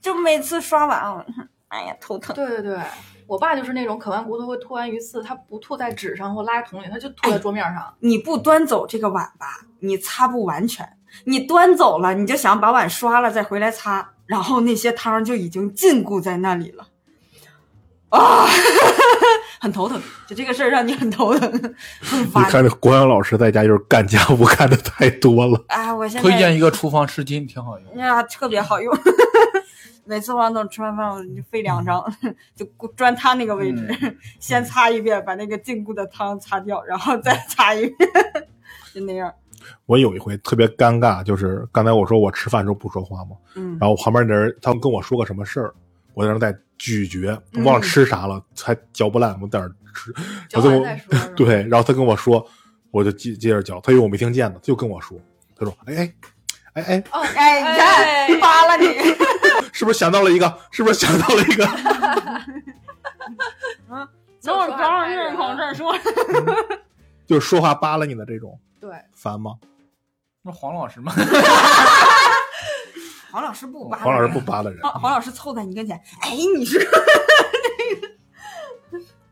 就每次刷碗，我哎呀头疼。对对对，我爸就是那种啃完骨头会吐完鱼刺，他不吐在纸上或垃圾桶里，他就吐在桌面上。你不端走这个碗吧，你擦不完全；你端走了，你就想把碗刷了再回来擦，然后那些汤就已经禁锢在那里了，啊， 很头疼。就这个事儿让你很头疼，很你烦。看这国阳老师在家就是干家务干的太多了，啊，我 现在推荐一个厨房湿巾，挺好用。啊，特别好用。每次王总吃完饭，我就飞两张， 就顾专他那个位置， 先擦一遍，把那个禁锢的汤擦掉，然后再擦一遍， 就那样。我有一回特别尴尬，就是刚才我说我吃饭的时候不说话嘛，嗯，然后旁边的人他们跟我说个什么事儿，我在那儿在咀嚼，忘了吃啥了，还嚼不烂，我在那儿吃，嚼然后完我 再说是吧。对，然后他跟我说，我就接接着嚼，他以为我没听见呢，他就跟我说，他说，哎哎哎哦，哎，你看，扒 拉你，哎，是不是想到了一个？是不是想到了一个？ 等会儿刚好日孔这儿说，就是说话扒拉你的这种，对，烦吗？那黄老师嘛，黄老师不扒拉，黄老师不，扒拉人，哦黄黄老师凑在你跟前，哎，你是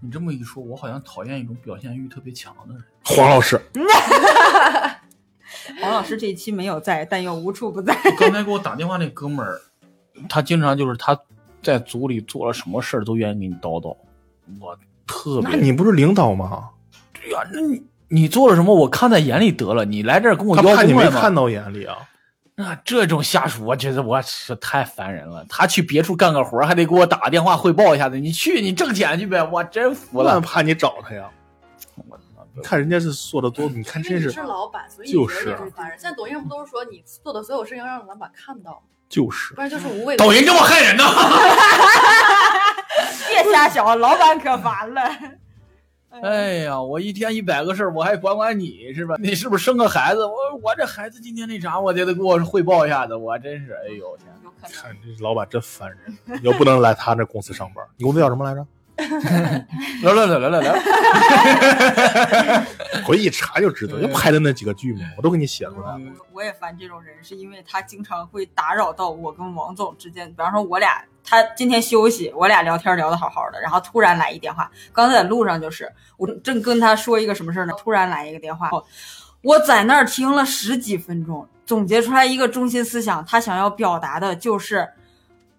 你这么一说，我好像讨厌一种表现欲特别强的人。黄老师，黄老师这一期没有在，但又无处不 在。刚才给我打电话那哥们儿，他经常就是他在组里做了什么事儿都愿意给你叨叨，我特别那你不是领导吗？对呀、那你你做了什么，我看在眼里得了。你来这儿跟我他邀怕你功没来看吗？到眼里啊。那这种下属，我觉得我是太烦人了。他去别处干个活儿，还得给我打个电话汇报一下子。你去，你挣钱去呗，我真服万了。怕你找他呀！我操你看人家是做的多，你看因真为你是是老板，所以就你觉是得你烦人。现在抖音上不都是说你做的所有事情要让老板看到吗？就是不然就是无谓的。抖音这么害人呢？别瞎想，老板可烦了。哎呀，我一天一百个事儿，我还管管你是吧？你是不是生个孩子？我我这孩子今天那啥，我得得给我汇报一下子。我真是，哎呦 天！有可能。看这老板真烦人，要不能来他那公司上班。你公司叫什么来着？来来来来来来，回去一查就知道，就拍的那几个剧嘛，我都给你写出来了。我我也烦这种人，是因为他经常会打扰到我跟王总之间。比方说，我俩他今天休息，我俩聊天聊得好好的，然后突然来一电话。刚才在路上就是，我正跟他说一个什么事儿呢，突然来一个电话，我在那儿听了十几分钟，总结出来一个中心思想，他想要表达的就是。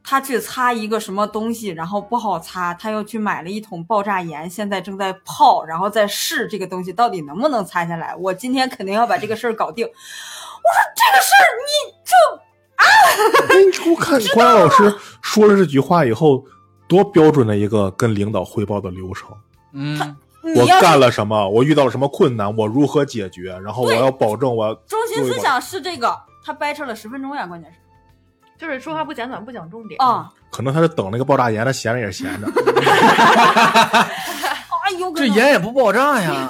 他去擦一个什么东西，然后不好擦，他又去买了一桶爆炸盐，现在正在泡，然后再试这个东西到底能不能擦下来。我今天肯定要把这个事儿搞定。我说这个事儿你就哎，我看关老师说了这句话以后，多标准的一个跟领导汇报的流程。嗯，我你要干了什么？ 我遇到了什么困难？我如何解决？然后我要保证我中心思想是这个，他掰扯了十分钟呀，关键是就是说话不简短，不讲重点。啊可能他是等那个爆炸盐，他闲着也是闲 着。啊，有可这能盐也不爆炸呀，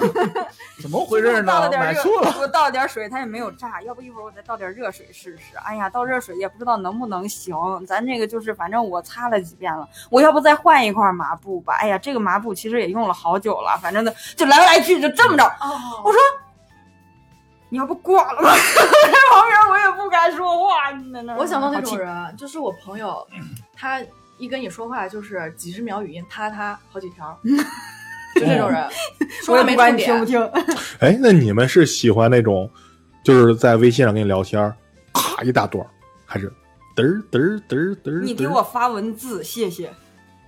怎么回事倒了呢？点买热，错了。我倒了点水，它也没有炸，要不一会儿我再倒点热水试试。哎呀，倒热水也不知道能不能行，咱这个就是反正我擦了几遍了，我要不再换一块麻布吧？哎呀，这个麻布其实也用了好久了，反正呢就来来去就这么着。哦我说你要不挂了吧？ 旁边我也不敢说话，你在那儿我想到那好气种人，啊就是我朋友，他一跟你说话就是几十秒语音，他他好几条，就这种人，说我也话不没管重你听不点。听。哎，那你们是喜欢那种，就是在微信上跟你聊天儿，咔一大段儿，还是嘚儿嘚儿嘚儿嘚儿？你给我发文字，谢谢。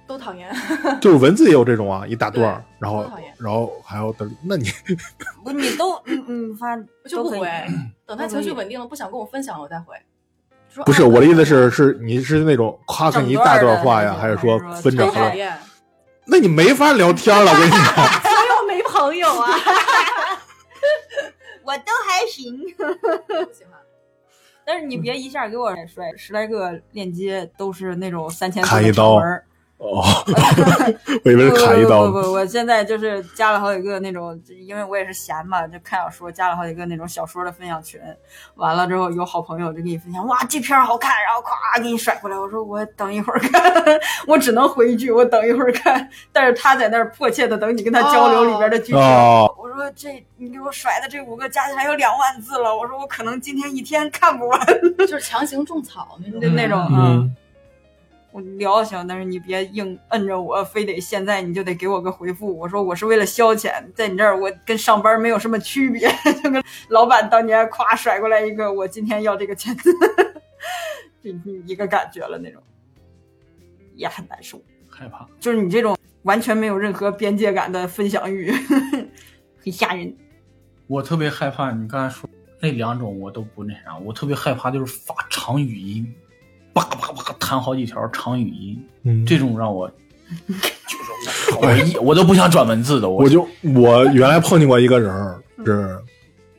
都讨厌，嘚儿，就是文字也有这种啊，一大段儿，然多后讨厌然后还要嘚儿。那你不，你都嗯嗯，反正我就不都可以回。 等他情绪稳定了，不想跟我分享了，我再回。就说不是啊我的意思是，是你是那种咔给你一大段话呀，整还段儿是的说分都着还是说讨说？厌，那你没法聊天了，我跟你讲。又没朋友啊， 我都还行，不喜欢。但是嗯你别一下给我甩十来个链接，都是那种三千砍一刀哦，我以为不是砍一不不刀。不，我现在就是加了好几个那种，因为我也是闲嘛，就看小说，加了好几个那种小说的分享群。完了之后，有好朋友就给你分享，哇，这片儿好看，然后咵给你甩过来。我说我等一会儿看，我只能回一句我等一会儿看，但是他在那儿迫切的等你跟他交流里边的剧情。哦，我说这你给我甩的这五个加起来有两万字了，我说我可能今天一天看不完就是强行种草那种就。那种，嗯，我聊行，但是你别硬摁着我，非得现在你就得给我个回复。我说我是为了消遣，在你这儿我跟上班没有什么区别， 就跟老板当年夸甩过来一个，我今天要这个钱， 这一个感觉了那种，也很难受。害怕。就是你这种完全没有任何边界感的分享欲， 很吓人。我特别害怕你刚才说那两种，我都不那啥。我特别害怕就是发长语音，叭叭叭弹好几条长语音，嗯这种让我就是我一我都不想转文字的。我我就我原来碰见过一个人儿，是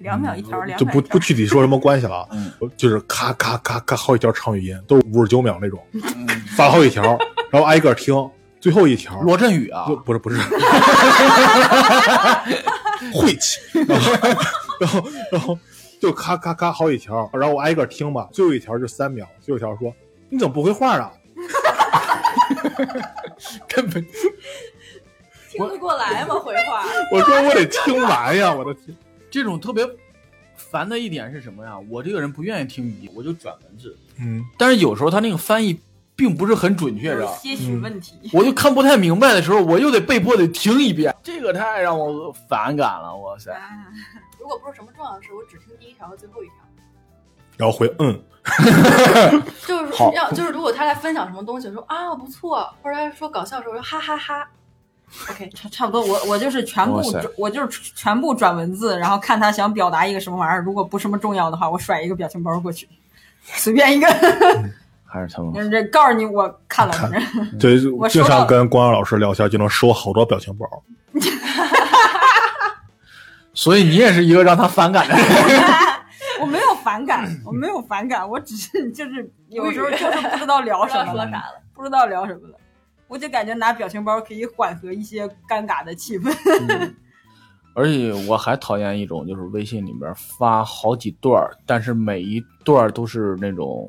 两秒一条，嗯两就秒一不条不。具体说什么关系了啊嗯，就是咔咔咔咔好几条长语音，都是五十九秒那种，嗯发了好几条，然后挨个听，最后一条罗振宇啊不，不是不是，晦气。然后然后然后就咔咔咔好几条，然后我挨个听吧，最后一条就三秒，最后一条说你怎么不回话啊？根本听得过来吗？回话我说我得听完呀，我的天！这种特别烦的一点是什么呀？我这个人不愿意听语音，我就转文字。嗯，但是有时候他那个翻译并不是很准啊确，有是吧？些嗯许问题， 我就看不太明白的时候，我又得被迫得听一遍，这个太让我反感了，哇塞！啊如果不是什么重要的事，我只听第一条和最后一条。然后回嗯，就是好要就是，如果他来分享什么东西，我说啊不错，或者他说搞笑的时候，我说哈哈哈。OK，差差不多。我我就是全部哇塞，我就是全部转文字，然后看他想表达一个什么玩意儿。如果不什么重要的话，我甩一个表情包过去，随便一个。还是他们这告诉你，我看了，反正对，我经收到常了跟光阳老师聊天就能收好多表情包。所以你也是一个让他反感的人。我没有反感，我没有反感，我只是就是有时候无语就是不知道聊不什知道么说了啥了，不知道聊什么了。我就感觉拿表情包可以缓和一些尴尬的气氛。 而且我还讨厌一种，就是微信里面发好几段儿，但是每一段儿都是那种，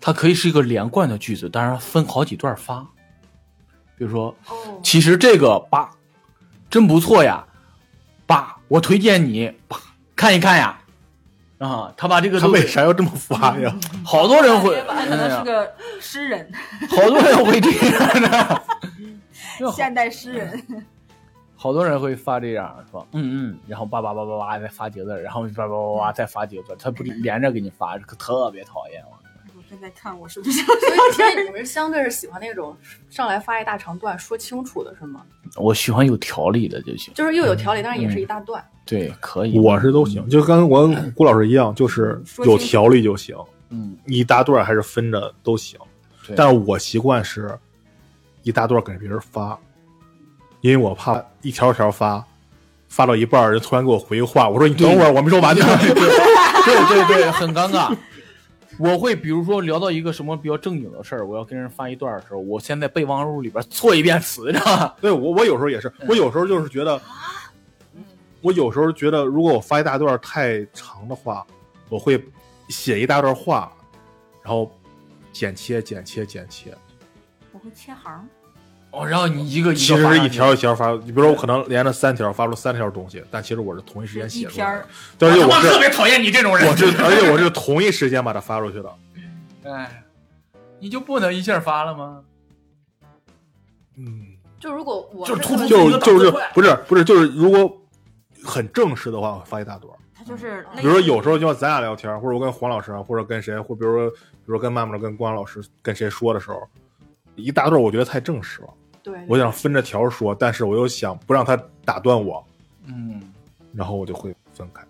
它可以是一个连贯的句子，但是它分好几段儿发。比如说， 哦，其实这个爸真不错呀，爸，我推荐你爸看一看呀。啊，他把这个他都为啥要这么发呀？好多人会，他可哎能呀是个诗人，好多人会这样 的，就好现代诗人。好多人会发这样是吧？嗯嗯，然后叭叭叭叭叭再发几个字儿，然后叭叭叭叭再发几个字儿，他不连着给你发，可特别讨厌我。我正在看，我是不是？所以 所以你们相对是喜欢那种上来发一大长段说清楚的是吗？我喜欢有条理的就行。就是又有条理，但是也嗯是一大段。对，可以。我是都行，就跟我跟顾老师一样，就是说清有楚条理就行，嗯，一大段还是分着都行。对。但是我习惯是一大段给别人发，因为我怕一条条发，发到一半儿人突然给我回话，我说你等会儿，我没说完呢。 对对对，很尴尬。我会比如说聊到一个什么比较正经的事儿，我要跟人发一段儿的时候，我先在备忘录里边错一遍词，知道吧？对我，我有时候也是，我有时候就是觉得，我有时候觉得，如果我发一大段太长的话，我会写一大段话，然后剪切、剪切、剪切。我会切行。哦，然后你一个一个其实发是上一去条一条发，你比如说我可能连着三条，发出三条东西，但其实我是同一时间一写出篇来的儿，，但是我我他妈是特别讨厌你这种人。我是，而且我是同一时间把它发出去的。哎，你就不能一下发了吗？嗯，就如果我就是突出特别一就个就是档次快不是不是就是如果很正式的话，我发一大段。他就是那比如说有时候就像咱俩聊天，或者我跟黄老师啊，或者跟谁，或比如说比如说跟曼曼、跟光老师、跟谁说的时候，一大段我觉得太正式了，对，嗯我想分着条说，但是我又想不让他打断我，嗯，然后我就会分开。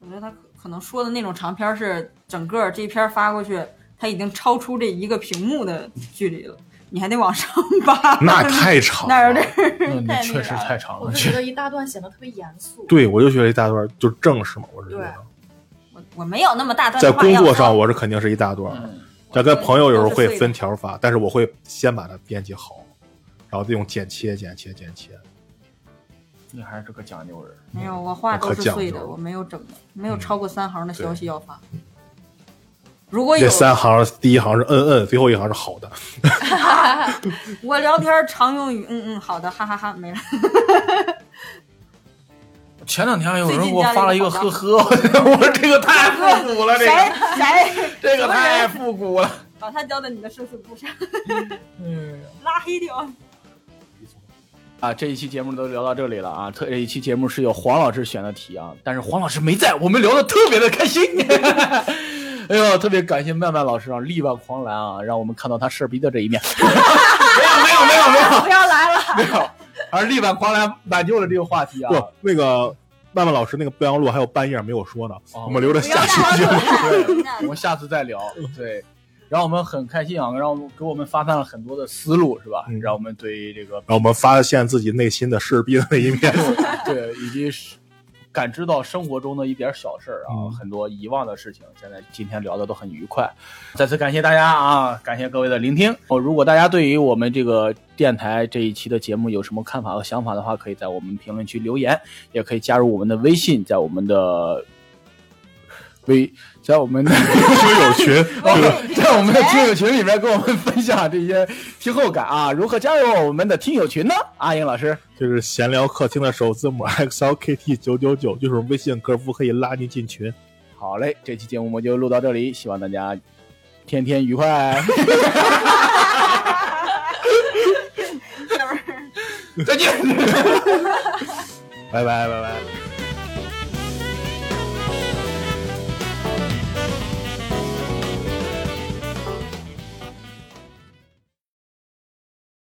我觉得他可可能说的那种长篇儿是整个这一篇儿发过去，他已经超出这一个屏幕的距离了，你还得 往上扒。 那太长那有点了，儿那你太那确个实啥了太长我了。就觉得一大段显得特别严肃。对我就觉得一大段就是正式嘛，我是觉得我我没有那么大段在的话工要作说上我是肯定是一大段，嗯但跟朋友有时候会分我条发，但是我会先把它编辑好，然后再用剪切、剪切、剪切。你还是个讲究人。没有，我话我可都是讲碎究的，了我没有整的，没有嗯超过三行的消对息要发。如果有这三行，第一行是嗯嗯，最后一行是好的。我聊天儿常用语，嗯嗯，好的，哈哈哈，没了。前两天有人最给近我发了一个家里呵 呵，我说这个太复古了，这谁个谁这个太复古了。老太教的你的生死簿上，嗯，拉黑掉。啊，这一期节目都聊到这里了啊！特这一期节目是由黄老师选的题啊，但是黄老师没在，我们聊的特别的开心。 哎呦，特别感谢曼曼老师啊，力挽狂澜啊，让我们看到他事儿逼的这一面。 没有没有没有没有不要来了，没有，而力挽狂澜挽救了这个话题啊。不，那个曼曼老师那个备忘录还有半页没有说呢，哦我们留着不要下期来节目。了。我们下次再聊。对，然后我们很开心啊，让我们给我们发散了很多的思路，是吧？嗯让我们对这个让我们发现自己内心的事儿逼的那一面。 对，以及是感知到生活中的一点小事儿啊，嗯很多遗忘的事情，现在今天聊的都很愉快。再次感谢大家啊，感谢各位的聆听。哦，如果大家对于我们这个电台这一期的节目有什么看法和想法的话，可以在我们评论区留言，也可以加入我们的微信，在我们的微，在我们的。听友 群，在我们的听友群里边跟我们分享这些听后感啊，如何加入我们的听友群呢？阿英老师，就是闲聊客厅的首字母 X L K T 九九九，就是微信客服可以拉您进群。好嘞，这期节目我们就录到这里，希望大家天天愉快，是不 是？再见。拜拜拜拜。